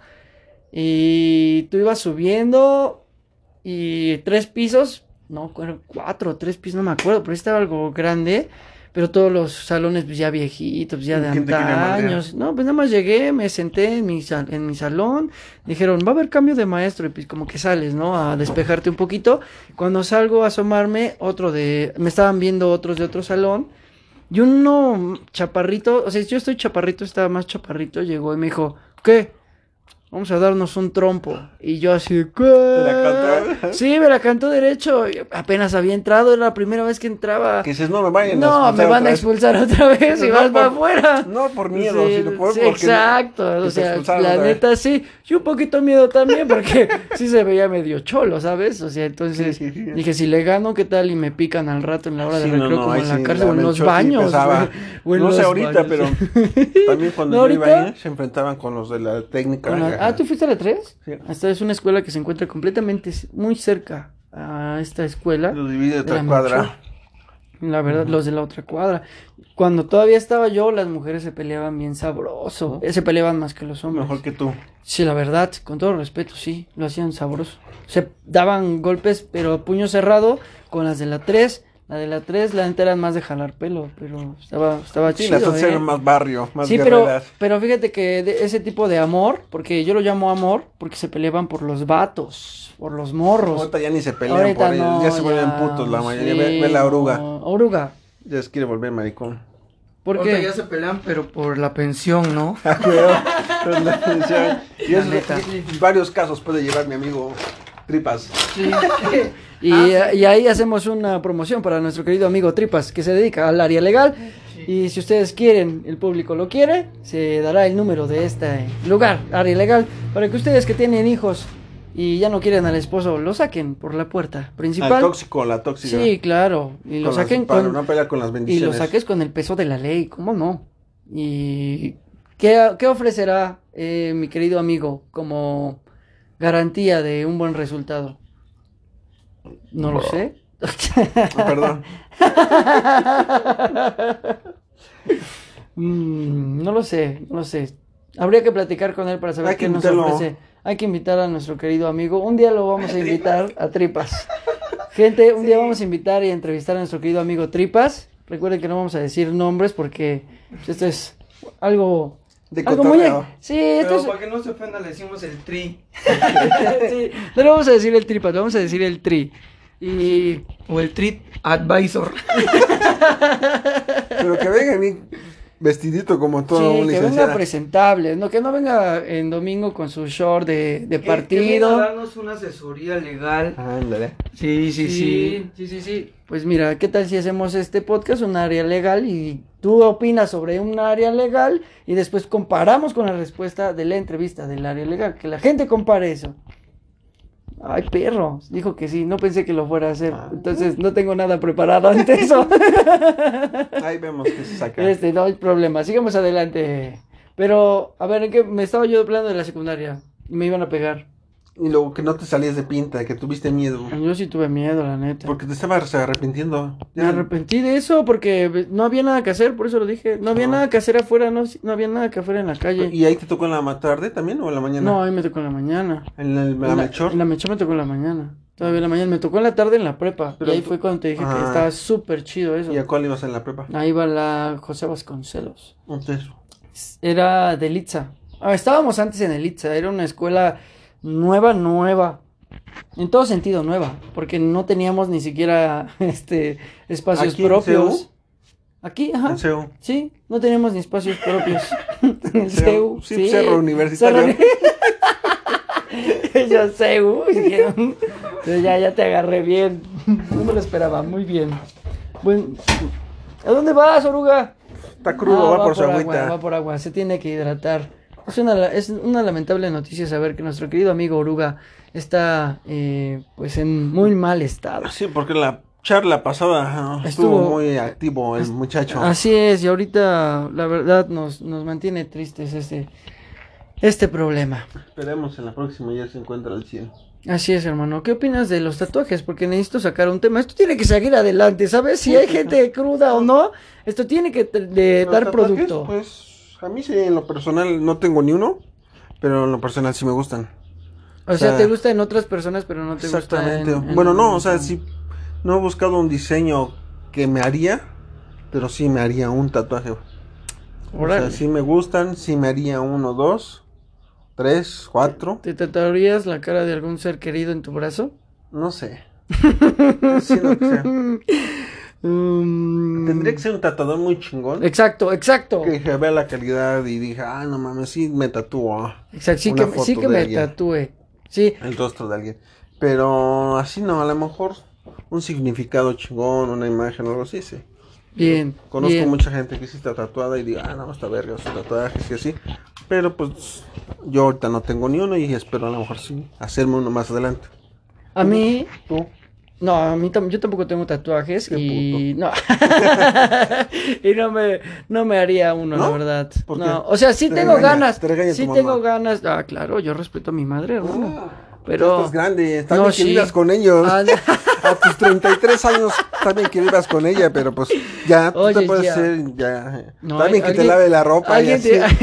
Speaker 3: Y tú ibas subiendo. Y tres pisos. No, cu- cuatro, tres pisos, no me acuerdo. Pero estaba algo grande. Pero todos los salones pues, ya viejitos, pues, ya de
Speaker 1: ¿Quién te quería madrear?
Speaker 3: antaños. No, pues nada más llegué, me senté en mi, sal- en mi salón, dijeron, va a haber cambio de maestro, y pues como que sales, ¿no? A despejarte un poquito. Cuando salgo a asomarme, otro de, me estaban viendo otros de otro salón, y uno mm, chaparrito, o sea, yo estoy chaparrito, estaba más chaparrito, llegó y me dijo, ¿qué? vamos a darnos un trompo. Y yo así, de, ¿qué?
Speaker 1: la cantó?
Speaker 3: Sí, me la cantó derecho. y Apenas había entrado, era la primera vez que entraba.
Speaker 1: Que dices, no me vayan a
Speaker 3: No, me
Speaker 1: expulsar
Speaker 3: van a
Speaker 1: otra vez.
Speaker 3: expulsar otra vez y
Speaker 1: No,
Speaker 3: vas
Speaker 1: por-
Speaker 3: para afuera.
Speaker 1: No, por miedo,
Speaker 3: Sí,
Speaker 1: sino por
Speaker 3: sí,
Speaker 1: porque-
Speaker 3: exacto,
Speaker 1: que
Speaker 3: o
Speaker 1: te
Speaker 3: sea,
Speaker 1: expulsaron
Speaker 3: la
Speaker 1: otra vez.
Speaker 3: neta sí, y un poquito miedo también porque sí se veía medio cholo, ¿sabes? O sea, entonces
Speaker 1: Sí, sí, sí.
Speaker 3: dije, si le gano, ¿qué tal? Y me pican al rato en la hora
Speaker 1: Sí,
Speaker 3: de
Speaker 1: no,
Speaker 3: recreo
Speaker 1: no,
Speaker 3: como
Speaker 1: ahí
Speaker 3: en la
Speaker 1: sí,
Speaker 3: cárcel o en los
Speaker 1: Melchor sí
Speaker 3: baños.
Speaker 1: pesaba.
Speaker 3: güey, o en
Speaker 1: no sé
Speaker 3: los
Speaker 1: ahorita,
Speaker 3: baños.
Speaker 1: pero también cuando
Speaker 3: ¿No
Speaker 1: yo iba
Speaker 3: ahorita?
Speaker 1: ahí se enfrentaban con los de la técnica.
Speaker 3: Con la-
Speaker 1: Ajá.
Speaker 3: Ah, ¿tú fuiste a la 3?
Speaker 1: Sí.
Speaker 3: Esta es una escuela que se encuentra completamente c- muy cerca a esta escuela.
Speaker 1: Lo divide
Speaker 3: de la
Speaker 1: otra cuadra.
Speaker 3: La verdad, los de la otra cuadra. Cuando todavía estaba yo, las mujeres se peleaban bien sabroso. Eh, Se peleaban más que los hombres.
Speaker 1: Oh. Mejor que tú.
Speaker 3: Sí, la verdad, con todo respeto, sí, lo hacían sabroso. Se daban golpes, pero a puño cerrado, con las de la 3. La de la 3, la neta eran más de jalar pelo, pero estaba, estaba
Speaker 1: Sí,
Speaker 3: chido.
Speaker 1: las otras
Speaker 3: ¿eh?
Speaker 1: eran más barrio, más
Speaker 3: sí, pero,
Speaker 1: guerreras.
Speaker 3: pero fíjate que de ese tipo de amor, porque yo lo llamo amor, porque se peleaban por los vatos, por los morros.
Speaker 1: Ahorita ya ni se pelean
Speaker 3: pues, Ahorita
Speaker 1: por ellos, ya
Speaker 3: no,
Speaker 1: se vuelven
Speaker 3: ya,
Speaker 1: putos la mayoría.
Speaker 3: sí,
Speaker 1: ve, ve la oruga.
Speaker 3: no. Oruga,
Speaker 1: Ya se quiere volver maricón.
Speaker 3: ¿por
Speaker 4: Ahorita
Speaker 3: qué?
Speaker 4: ya se pelean, pero por la pensión, ¿no?
Speaker 1: Ah, Pero la función- y
Speaker 4: La
Speaker 1: eso-
Speaker 4: neta.
Speaker 1: y- y varios casos puede llevar mi amigo Tripas.
Speaker 3: Y,
Speaker 4: Ah,
Speaker 3: eh, y ahí hacemos una promoción para nuestro querido amigo Tripas, que se dedica al área legal. Y si ustedes quieren, el público lo quiere, se dará el número de este lugar, área legal, para que ustedes que tienen hijos y ya no quieren al esposo, lo saquen por la puerta
Speaker 1: Al
Speaker 3: principal.
Speaker 1: tóxico, la tóxica.
Speaker 3: Sí, claro.
Speaker 1: Con
Speaker 3: Y lo
Speaker 1: las-
Speaker 3: saquen
Speaker 1: para
Speaker 3: con,
Speaker 1: no pelear con las
Speaker 3: y lo
Speaker 1: bendiciones.
Speaker 3: saques con el peso de la ley, ¿cómo no? ¿Y qué, qué ofrecerá eh, mi querido amigo como garantía de un buen resultado? No lo sé.
Speaker 1: Ah, Perdón.
Speaker 3: Mm, no lo sé, no lo sé. Habría que platicar con él para saber
Speaker 1: Hay que
Speaker 3: qué nos
Speaker 1: invitarlo.
Speaker 3: ofrece. Hay que invitar a nuestro querido amigo. Un día lo vamos a invitar a Tripas. Gente, un día vamos a invitar y entrevistar a nuestro querido amigo Tripas. Recuerden que no vamos a decir nombres porque pues, esto es algo,
Speaker 1: De
Speaker 3: algo muy...
Speaker 1: cotorreo.
Speaker 3: Sí, esto es...
Speaker 4: que no se ofenda, le decimos el tri.
Speaker 3: sí, no le vamos a decir el Tripas, le vamos a decir el Tri. Y...
Speaker 4: O el tri advisor.
Speaker 1: Pero que venga bien vestidito como todo
Speaker 3: sí,
Speaker 1: un
Speaker 3: que venga
Speaker 1: licenciado.
Speaker 3: presentable, no, que no venga en domingo con su short de, de partido.
Speaker 4: darnos una asesoría legal.
Speaker 1: Ándale.
Speaker 4: Sí, sí, sí.
Speaker 3: sí, sí, sí. Pues mira, ¿qué tal si hacemos este podcast un área legal y tú opinas sobre un área legal y después comparamos con la respuesta de la entrevista del área legal? Que la gente compare eso. Ay, perro, dijo que sí, no pensé que lo fuera a hacer.
Speaker 1: Ah.
Speaker 3: Entonces, no tengo nada preparado ante eso.
Speaker 1: Ahí vemos que se saca.
Speaker 3: Este, no hay problema, sigamos adelante. Pero, a ver, ¿en qué? Me estaba yo hablando de la secundaria y me iban a pegar.
Speaker 1: Y luego que no te salías de pinta, que tuviste miedo.
Speaker 3: Pues Yo sí tuve miedo, la neta.
Speaker 1: Porque te estabas arrepintiendo.
Speaker 3: Me arrepentí de eso porque no había nada que hacer, por eso lo dije. No había
Speaker 1: Ah.
Speaker 3: nada que hacer afuera, no, no había nada que hacer en la calle.
Speaker 1: ¿Y ahí te tocó en la ma- tarde también o en la mañana?
Speaker 3: No, ahí me tocó en la mañana.
Speaker 1: En el, la
Speaker 3: En
Speaker 1: Melchor.
Speaker 3: en la Melchor me tocó en la mañana. Todavía en la mañana. Me tocó en la tarde en la prepa.
Speaker 1: Pero
Speaker 3: y ahí
Speaker 1: tú-
Speaker 3: fue cuando te dije que
Speaker 1: Ah.
Speaker 3: estaba súper chido eso.
Speaker 1: ¿Y a cuál ibas en la prepa?
Speaker 3: Ahí va la José Vasconcelos.
Speaker 1: Entonces,
Speaker 3: Era de Litza. Ah, estábamos antes en el Litza. Era una escuela nueva, nueva. En todo sentido nueva. Porque no teníamos ni siquiera este espacios
Speaker 1: ¿Aquí en
Speaker 3: propios.
Speaker 1: CU?
Speaker 3: Aquí, ajá.
Speaker 1: en CEU.
Speaker 3: Sí, no tenemos ni espacios propios. En el
Speaker 1: CEU,
Speaker 3: CEU,
Speaker 1: sí, Cerro Universitario.
Speaker 3: Cerro- Yo CEU, dijeron. Yo ya, ya te agarré bien. No me lo esperaba, muy bien. Buen- ¿A dónde vas, oruga?
Speaker 1: Está crudo,
Speaker 3: Ah,
Speaker 1: va, por su agüita.
Speaker 3: agua, va por agua, se tiene que hidratar. Es una, la- es una lamentable noticia saber que nuestro querido amigo Oruga está eh, pues en muy mal estado.
Speaker 1: Sí, porque la charla pasada ah, estuvo,
Speaker 3: Estuvo-
Speaker 1: muy activo el muchacho.
Speaker 3: Así es, y ahorita la verdad nos, nos mantiene tristes este, este problema.
Speaker 1: Esperemos en la próxima ya se encuentra al 100.
Speaker 3: Eh, Así es, hermano. ¿Qué opinas de los tatuajes? Porque necesito sacar un tema. Esto tiene que seguir adelante, ¿sabes? Si hay gente cruda o no, esto tiene que te- de
Speaker 1: Los
Speaker 3: dar
Speaker 1: tatuajes,
Speaker 3: producto.
Speaker 1: Pues a mí sí, en lo personal no tengo ni uno, pero en lo personal sí me gustan.
Speaker 3: o sea,
Speaker 1: sea,
Speaker 3: te gusta en otras personas, pero no te gusta
Speaker 1: Exactamente.
Speaker 3: en- en-
Speaker 1: bueno, no, o sea, sí no he buscado un diseño que me haría, pero sí me haría un tatuaje. O
Speaker 3: Órale.
Speaker 1: sea, sí me gustan, sí me haría uno, dos, tres, cuatro,
Speaker 3: ¿Te tatuarías la cara de algún ser querido en tu brazo?
Speaker 1: no sé. Sí, lo que sea.
Speaker 3: Mm,
Speaker 1: Tendría que ser un tatuador muy chingón.
Speaker 3: Exacto, exacto.
Speaker 1: Que se vea la calidad y diga, ah, no mames, sí me tatuó
Speaker 3: Exacto, sí
Speaker 1: Una
Speaker 3: que, sí
Speaker 1: foto
Speaker 3: que
Speaker 1: de
Speaker 3: me
Speaker 1: alguien.
Speaker 3: tatúe. Sí,
Speaker 1: el rostro de alguien. Pero así no, a lo mejor un significado chingón, una imagen, algo así, sí.
Speaker 3: bien.
Speaker 1: Conozco
Speaker 3: bien.
Speaker 1: mucha gente que sí está tatuada y digo, ah, no, está verga sus tatuajes y así. Pero pues yo ahorita no tengo ni uno y espero a lo mejor sí hacerme uno más adelante.
Speaker 3: A mí,
Speaker 1: Tú,
Speaker 3: no, a mí tam- yo tampoco tengo tatuajes
Speaker 1: Qué
Speaker 3: y no. y no me, no me haría uno, la
Speaker 1: ¿No?
Speaker 3: verdad.
Speaker 1: ¿Por
Speaker 3: no,
Speaker 1: qué?
Speaker 3: o sea, sí
Speaker 1: Te
Speaker 3: tengo
Speaker 1: regaña,
Speaker 3: ganas.
Speaker 1: te regaña
Speaker 3: sí
Speaker 1: tu
Speaker 3: tengo
Speaker 1: mamá.
Speaker 3: ganas. Ah, claro, yo respeto a mi madre, hermano.
Speaker 1: pero...
Speaker 3: pero
Speaker 1: Ah, estás grande, está bien que
Speaker 3: sí.
Speaker 1: vivas con ellos.
Speaker 3: Ah,
Speaker 1: A tus 33 años también que vivas con ella, pero pues ya tú
Speaker 3: Oye,
Speaker 1: te puedes
Speaker 3: ya.
Speaker 1: hacer ya.
Speaker 3: No,
Speaker 1: también que
Speaker 3: al-
Speaker 1: te
Speaker 3: alguien-
Speaker 1: lave la ropa y
Speaker 3: alguien,
Speaker 1: así.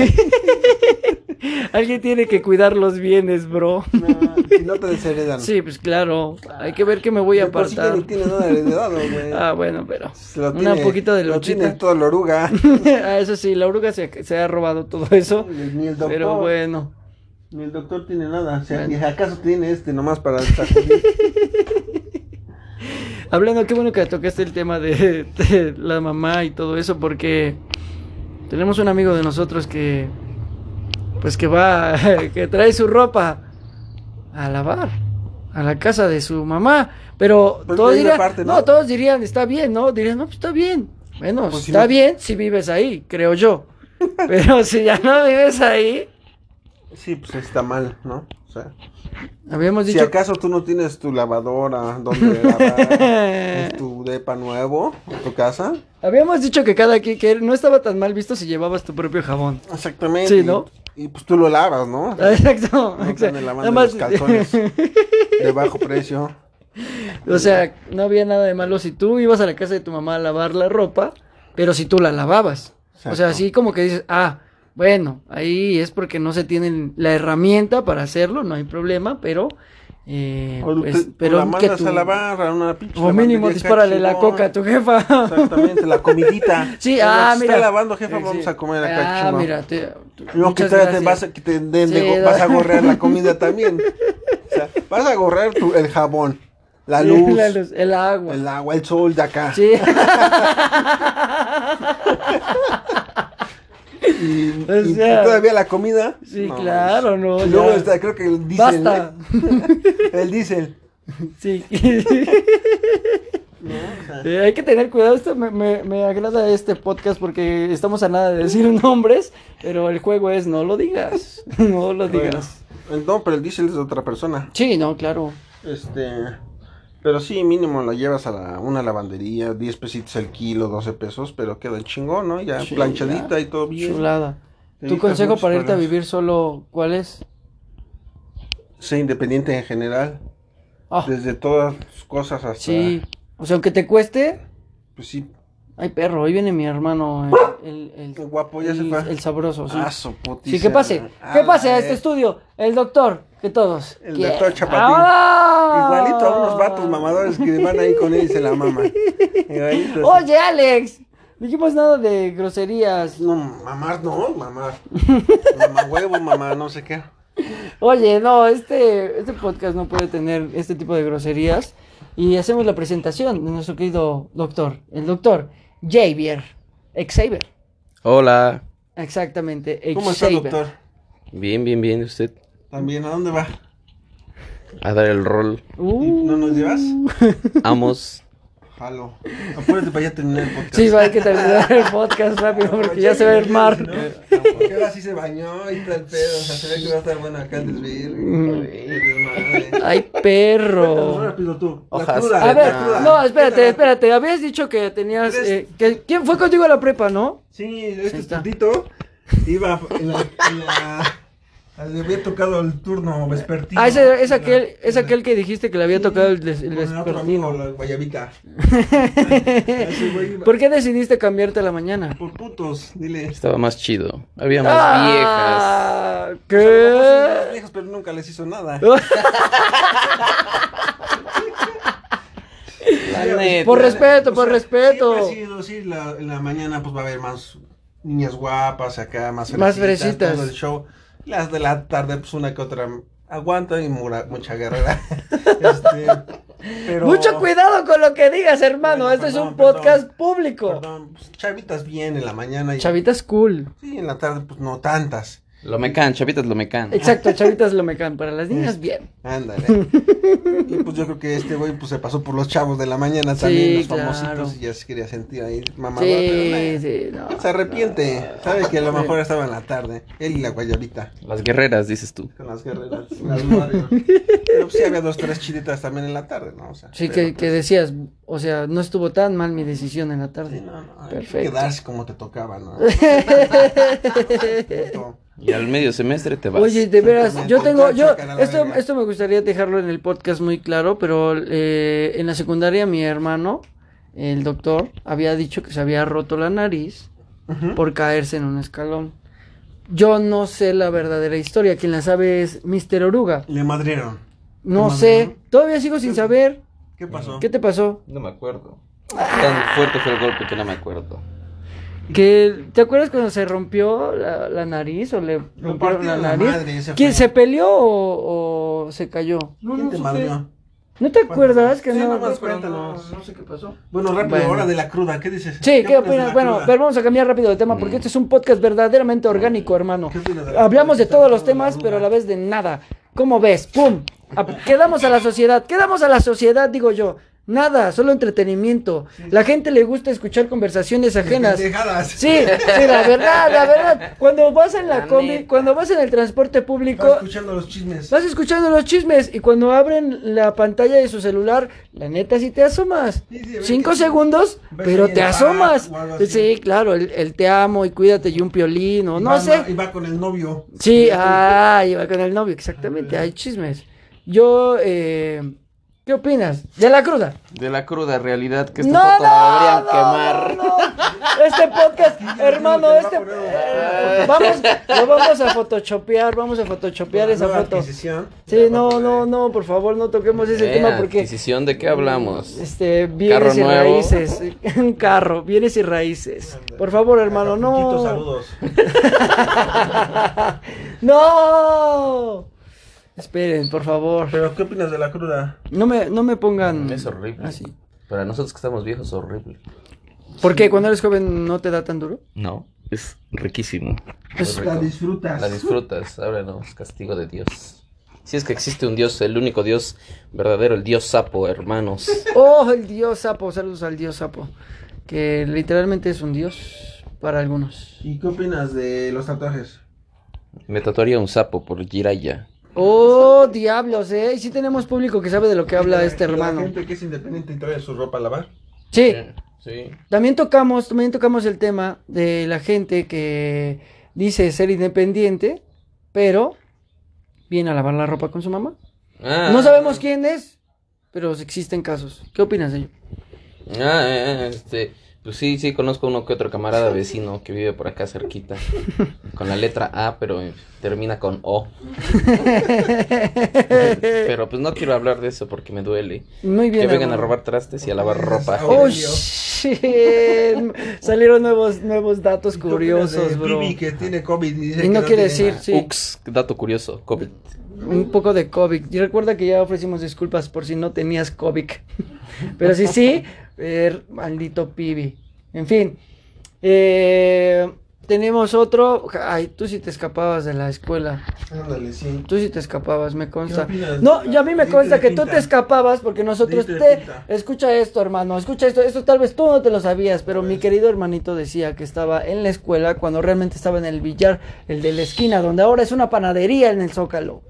Speaker 3: tie- alguien tiene que cuidar los bienes, bro.
Speaker 1: No, si no te desheredan.
Speaker 3: Sí, pues claro. Hay que ver que me voy a
Speaker 1: De por sí ya
Speaker 3: apartar.
Speaker 1: ni tiene nada heredado, güey.
Speaker 3: Ah, bueno, pero.
Speaker 1: Lo
Speaker 3: Una
Speaker 1: tiene-
Speaker 3: poquito de
Speaker 1: Lo tiene
Speaker 3: luchita.
Speaker 1: toda la oruga.
Speaker 3: Ah, eso sí, la oruga se, se ha robado todo eso.
Speaker 1: Ni el doctor.
Speaker 3: Pero bueno.
Speaker 1: Ni el doctor tiene nada. O sea,
Speaker 3: Bueno.
Speaker 1: ¿y ¿acaso tiene este nomás para sacudir?
Speaker 3: Hablando, qué bueno que tocaste el tema de, de la mamá y todo eso, porque tenemos un amigo de nosotros que. Pues que va. que trae su ropa a lavar. A la casa de su mamá. Pero
Speaker 1: Pues
Speaker 3: todos
Speaker 1: de ahí la
Speaker 3: dirían.
Speaker 1: parte,
Speaker 3: ¿no?
Speaker 1: ¿no?
Speaker 3: todos dirían, está bien, ¿no? Dirían, no, pues está bien. Bueno,
Speaker 1: Pues si
Speaker 3: está
Speaker 1: no-
Speaker 3: bien si vives ahí, creo yo. Pero si ya no vives ahí.
Speaker 1: Sí, pues está mal, ¿no? O sea,
Speaker 3: Habíamos
Speaker 1: si
Speaker 3: dicho.
Speaker 1: acaso tú no tienes tu lavadora donde lavar en tu depa nuevo, en tu casa.
Speaker 3: Habíamos dicho que cada quien que no estaba tan mal visto si llevabas tu propio jabón.
Speaker 1: Exactamente.
Speaker 3: Sí, ¿no?
Speaker 1: Y, y, pues tú lo lavas, ¿no?
Speaker 3: Ah, Exacto,
Speaker 1: No te
Speaker 3: exacto.
Speaker 1: andan
Speaker 3: Nada
Speaker 1: lavando
Speaker 3: más-
Speaker 1: los calzones de bajo precio.
Speaker 3: o sea, no había nada de malo si tú ibas a la casa de tu mamá a lavar la ropa, pero si tú la lavabas. O sea,
Speaker 1: Exacto.
Speaker 3: así como que dices, ah, bueno, ahí es porque no se tienen la herramienta para hacerlo, no hay problema, pero eh,
Speaker 1: O
Speaker 3: pues,
Speaker 1: te-
Speaker 3: pero
Speaker 1: la mandas
Speaker 3: tú-
Speaker 1: a lavar a una pinche
Speaker 3: o mínimo
Speaker 1: lavandería
Speaker 3: dispárale la
Speaker 1: cachimón.
Speaker 3: coca a tu jefa.
Speaker 1: Exactamente, la comidita.
Speaker 3: Sí,
Speaker 1: Cuando
Speaker 3: ah,
Speaker 1: se
Speaker 3: mira.
Speaker 1: Está lavando, jefa,
Speaker 3: Eh,
Speaker 1: vamos
Speaker 3: sí.
Speaker 1: a comer acá,
Speaker 3: Ah,
Speaker 1: chingón.
Speaker 3: mira, te,
Speaker 1: No, que
Speaker 3: muchas
Speaker 1: todavía te
Speaker 3: gracias.
Speaker 1: vas, a- que te den de
Speaker 3: Sí,
Speaker 1: go-
Speaker 3: no.
Speaker 1: vas a gorrear la comida también. O sea, vas a gorrear tu- el jabón, la luz,
Speaker 3: La luz, el agua.
Speaker 1: el agua, el sol de acá.
Speaker 3: Sí.
Speaker 1: Y,
Speaker 3: O
Speaker 1: y
Speaker 3: sea.
Speaker 1: todavía la comida.
Speaker 3: Sí,
Speaker 1: No,
Speaker 3: claro, no.
Speaker 1: Y luego
Speaker 3: ya.
Speaker 1: está, creo que el diésel.
Speaker 3: Basta.
Speaker 1: ¿eh? El diésel.
Speaker 3: Sí. Eh, hay que tener cuidado. Esto me, me- me agrada este podcast porque estamos a nada de decir nombres, pero el juego es no lo digas. No lo digas.
Speaker 1: Bueno, no, pero el diésel es de otra persona.
Speaker 3: Sí, no, claro.
Speaker 1: Este. Pero sí, mínimo la llevas a la- una lavandería, 10 pesitos el kilo, 12 pesos, pero queda chingón, ¿no? Ya
Speaker 3: Sí,
Speaker 1: planchadita
Speaker 3: ya.
Speaker 1: y todo bien.
Speaker 3: Chulada.
Speaker 1: Te
Speaker 3: ¿Tu
Speaker 1: evitas
Speaker 3: consejo
Speaker 1: muchos
Speaker 3: para irte a
Speaker 1: problemas.
Speaker 3: vivir solo cuál es?
Speaker 1: Sé independiente en general.
Speaker 3: Ah,
Speaker 1: Desde todas tus cosas hasta.
Speaker 3: sí. O sea, aunque te cueste.
Speaker 1: Pues sí.
Speaker 3: Ay, perro, hoy viene mi hermano. El, el,
Speaker 1: Qué
Speaker 3: el-
Speaker 1: guapo, ya se
Speaker 3: el-
Speaker 1: fue.
Speaker 3: el sabroso, Pues sí.
Speaker 1: Ah, su putiza.
Speaker 3: Sí, que pase.
Speaker 1: Ah,
Speaker 3: Que pase a
Speaker 1: eh.
Speaker 3: este estudio. El doctor, que todos.
Speaker 1: El
Speaker 3: quieran. ¡Ah!
Speaker 1: doctor Chapatín.
Speaker 3: ¡Vámonos!
Speaker 1: Igualito a unos vatos mamadores que van ahí con él y se la maman. Igualito, así.
Speaker 3: Oye, Alex. Dijimos nada de groserías.
Speaker 1: No, mamar no, mamar. Mamá huevo, mamá, no sé qué.
Speaker 3: Oye, no, este, este podcast no puede tener este tipo de groserías. Y hacemos la presentación de nuestro querido doctor, el doctor Xavier. Xavier.
Speaker 6: Hola.
Speaker 3: Exactamente.
Speaker 1: ¿Cómo está,
Speaker 3: Xavier.
Speaker 1: doctor?
Speaker 6: Bien, bien, bien. ¿Usted?
Speaker 1: También, ¿a dónde va?
Speaker 6: A dar el rol.
Speaker 3: Uh,
Speaker 1: ¿No nos llevas?
Speaker 6: Amos.
Speaker 1: Jalo. Apúrate para ya terminar el podcast.
Speaker 3: sí, va, hay que terminar el podcast rápido porque ya se va a armar.
Speaker 1: Si no, Porque ahora sí se bañó y tal pedo. O sea, se ve que va a estar bueno acá el
Speaker 3: Mm.
Speaker 1: desvío.
Speaker 3: Ay, perro.
Speaker 1: Rápido tú. La
Speaker 6: Hojas.
Speaker 1: cruda,
Speaker 3: A
Speaker 1: la
Speaker 3: ver,
Speaker 1: cruda.
Speaker 3: no, espérate, espérate. Habías dicho que tenías. eh, que, ¿Quién fue contigo a la prepa, no?
Speaker 1: Sí, este
Speaker 3: está.
Speaker 1: tantito iba en la, en la- le había tocado el turno vespertino.
Speaker 3: Ah, ese, es,
Speaker 1: En la-
Speaker 3: aquel, es aquel que dijiste que le había
Speaker 1: Sí,
Speaker 3: tocado el, des- el
Speaker 1: con otro amigo,
Speaker 3: vespertino.
Speaker 1: la guayabita. Ese güey iba-
Speaker 3: ¿Por qué decidiste cambiarte a la mañana?
Speaker 1: Por putos, dile.
Speaker 6: Estaba más chido. Había más
Speaker 3: Ah,
Speaker 1: Los
Speaker 3: ¿Qué?
Speaker 1: viejos, pero nunca les hizo nada.
Speaker 6: viejas. La neta.
Speaker 3: Por respeto,
Speaker 1: O
Speaker 3: por
Speaker 1: sea,
Speaker 3: respeto.
Speaker 1: siempre ha sido, sí, la- en la mañana pues va a haber más niñas guapas acá, más
Speaker 3: Más fresitas.
Speaker 1: todo el show. Las de la tarde pues una que otra aguanta y mura- mucha guerrera. este, Pero-
Speaker 3: Mucho cuidado con lo que digas, hermano.
Speaker 1: Bueno,
Speaker 3: este es un
Speaker 1: perdón, perdón.
Speaker 3: podcast público.
Speaker 1: Perdón, pues, chavitas bien en la mañana y
Speaker 3: Chavitas cool.
Speaker 1: sí, en la tarde pues no tantas.
Speaker 6: Lomecan, chavitas Lomecan.
Speaker 3: Exacto, chavitas lo mecan. Para las niñas, bien.
Speaker 1: Ándale. y pues yo creo que este güey pues se pasó por los chavos de la mañana
Speaker 3: Sí,
Speaker 1: también, los
Speaker 3: claro.
Speaker 1: famositos, y ya se quería sentir ahí mamador, pero
Speaker 3: Sí,
Speaker 1: nada.
Speaker 3: sí, no.
Speaker 1: Se arrepiente, sabe que a lo mejor estaba en la tarde, él y la guayabita,
Speaker 6: Las guerreras, dices tú.
Speaker 1: con las guerreras, las Mario. Pero pues, sí había dos, tres chiditas también en la tarde, ¿no? O sea,
Speaker 3: Sí,
Speaker 1: pero,
Speaker 3: que, que decías, o sea, no estuvo tan mal mi decisión en la
Speaker 1: pues, sí,
Speaker 3: tarde.
Speaker 1: no, no, hay que
Speaker 3: Perfecto.
Speaker 1: quedarse como te tocaba, ¿no? Punto.
Speaker 6: Y al medio semestre te vas.
Speaker 3: Oye, de veras, yo
Speaker 1: Exactamente,
Speaker 3: tengo, yo,
Speaker 1: chocan a la
Speaker 3: esto,
Speaker 1: verga.
Speaker 3: esto me gustaría dejarlo en el podcast muy claro, pero eh, en la secundaria mi hermano, el doctor, había dicho que se había roto la nariz
Speaker 1: Ujú.
Speaker 3: por caerse en un escalón. Yo no sé la verdadera historia, quien la sabe es Mr. Oruga.
Speaker 1: Le madrieron.
Speaker 3: No
Speaker 1: Mamá,
Speaker 3: sé,
Speaker 1: ¿no?
Speaker 3: todavía sigo sin saber.
Speaker 1: ¿Qué pasó?
Speaker 3: ¿Qué te pasó?
Speaker 6: No me acuerdo. Tan fuerte fue el golpe que no me acuerdo.
Speaker 3: Que, ¿Te acuerdas cuando se rompió la, la nariz o le rompieron la
Speaker 1: partieron la
Speaker 3: nariz?
Speaker 1: madre, ese
Speaker 3: ¿Quién
Speaker 1: fue.
Speaker 3: se peleó o, o se cayó?
Speaker 1: ¿Quién te madrió?
Speaker 3: ¿No te acuerdas que
Speaker 1: Sí,
Speaker 3: no?
Speaker 1: no me acuerdo. Cuéntanos.
Speaker 4: sé qué pasó.
Speaker 1: Bueno, rápido,
Speaker 3: Bueno.
Speaker 1: ahora de la cruda, ¿qué dices?
Speaker 3: Sí, ¿qué
Speaker 1: de
Speaker 3: opinas?
Speaker 1: la
Speaker 3: Bueno,
Speaker 1: cruda? Mm.
Speaker 3: pero vamos a cambiar rápido de tema porque este es un podcast verdaderamente orgánico, hermano.
Speaker 1: ¿Qué opinas de la
Speaker 3: Hablamos de
Speaker 1: cruda?
Speaker 3: todos los
Speaker 1: ¿Qué opinas
Speaker 3: temas,
Speaker 1: de la
Speaker 3: pero a la
Speaker 1: cruda?
Speaker 3: vez de nada. ¿Cómo ves? ¡Pum! A- quedamos a la sociedad, quedamos a la sociedad, digo yo. Nada, solo entretenimiento. La gente le gusta escuchar conversaciones ajenas.
Speaker 1: Pendejadas.
Speaker 3: Sí, sí, la verdad, la verdad. Cuando vas en la
Speaker 4: La
Speaker 3: combi,
Speaker 4: neta.
Speaker 3: cuando vas en el transporte
Speaker 1: Estaba
Speaker 3: público,
Speaker 1: escuchando los chismes.
Speaker 3: vas escuchando los chismes y cuando abren la pantalla de su celular, la neta sí te asomas.
Speaker 1: Sí, sí, ves
Speaker 3: Cinco
Speaker 1: que-
Speaker 3: segundos,
Speaker 1: ves
Speaker 3: pero
Speaker 1: ahí
Speaker 3: te
Speaker 1: el
Speaker 3: asomas.
Speaker 1: pack o algo así.
Speaker 3: Sí, claro, el, el te amo y cuídate y un piolín o
Speaker 1: Y
Speaker 3: no
Speaker 1: va-
Speaker 3: sé.
Speaker 1: Y va con el novio.
Speaker 3: Sí, ah, iba con el novio, exactamente,
Speaker 1: Ah,
Speaker 3: hay chismes. Yo, eh, ¿qué opinas? De la cruda.
Speaker 6: De la cruda realidad que
Speaker 3: No,
Speaker 6: esta foto la
Speaker 3: no,
Speaker 6: deberían
Speaker 3: no,
Speaker 6: quemar.
Speaker 3: no, no. Este podcast,
Speaker 1: Aquí ya
Speaker 3: hermano,
Speaker 1: dijimos
Speaker 3: este.
Speaker 1: que va a poner
Speaker 3: eh, vamos, lo vamos a photoshopear, vamos a photoshopear
Speaker 1: Una
Speaker 3: esa
Speaker 1: nueva
Speaker 3: foto.
Speaker 1: adquisición.
Speaker 3: Sí, no, no, no, por favor, no toquemos ese
Speaker 6: Eh,
Speaker 3: tema porque.
Speaker 6: adquisición, ¿de qué hablamos?
Speaker 3: Este, bienes
Speaker 6: Carro
Speaker 3: y
Speaker 6: nuevo.
Speaker 3: raíces. Un carro, bienes y raíces. Por favor, hermano,
Speaker 1: Acapulquito,
Speaker 3: no.
Speaker 1: saludos.
Speaker 3: ¡No! Esperen, por favor.
Speaker 1: Pero, ¿qué opinas de la cruda?
Speaker 3: No me, no me pongan.
Speaker 6: Es horrible.
Speaker 3: Así.
Speaker 6: Para nosotros que estamos viejos, horrible.
Speaker 3: ¿Por qué? Cuando eres joven no te da tan duro.
Speaker 6: No, es riquísimo.
Speaker 3: Es-
Speaker 6: Muy
Speaker 1: La
Speaker 6: Pues, rico.
Speaker 1: disfrutas.
Speaker 6: La disfrutas, ahora no, es castigo de Dios. Si es que existe un Dios, el único Dios verdadero, el Dios sapo, hermanos.
Speaker 3: Oh, el dios sapo, saludos al dios sapo. Que literalmente es un dios para algunos.
Speaker 1: ¿Y qué opinas de los tatuajes?
Speaker 6: Me tatuaría un sapo por Jiraya.
Speaker 3: Oh, diablos, eh. Y sí tenemos público que sabe de lo que habla
Speaker 1: La-
Speaker 3: este
Speaker 1: La
Speaker 3: hermano.
Speaker 1: gente que es independiente y trae su ropa a lavar.
Speaker 3: Sí,
Speaker 6: Sí.
Speaker 3: también tocamos, también tocamos el tema de la gente que dice ser independiente, pero viene a lavar la ropa con su mamá.
Speaker 6: Ah,
Speaker 3: No sabemos quién es, pero existen casos. ¿Qué opinas de ello?
Speaker 6: Ah, eh, este. Pues sí, sí, conozco uno que otro camarada vecino que vive por acá cerquita. Con la letra A, pero eh, termina con O. Pero pues no quiero hablar de eso porque me duele.
Speaker 3: Muy bien.
Speaker 6: Que vengan a
Speaker 3: hermano.
Speaker 6: robar trastes y a lavar ropa.
Speaker 1: Oh,
Speaker 3: Oh,
Speaker 1: Dios.
Speaker 3: shit. Salieron nuevos, nuevos datos curiosos, bro.
Speaker 1: Bibi que tiene COVID y dice
Speaker 3: Y
Speaker 1: que
Speaker 3: no quiere
Speaker 1: tiene
Speaker 3: decir,
Speaker 1: nada.
Speaker 3: sí,
Speaker 6: Ux, dato curioso, COVID.
Speaker 3: un poco de COVID. Y recuerda que ya ofrecimos disculpas por si no tenías COVID. Pero si sí, er, maldito pibi. En fin, eh, tenemos otro. Ay, tú sí te escapabas de la escuela.
Speaker 1: Ándale, sí.
Speaker 3: Tú sí te escapabas, me consta.
Speaker 1: ¿Qué opinas?
Speaker 3: No, y a mí me
Speaker 1: Diste
Speaker 3: consta
Speaker 1: de
Speaker 3: que tú
Speaker 1: pinta.
Speaker 3: te escapabas porque nosotros
Speaker 1: Diste de
Speaker 3: te...
Speaker 1: pinta.
Speaker 3: Escucha esto, hermano, escucha esto. Esto tal vez tú no te lo sabías, pero mi querido hermanito decía que estaba en la escuela cuando realmente estaba en el billar, el de la esquina, donde ahora es una panadería en el Zócalo.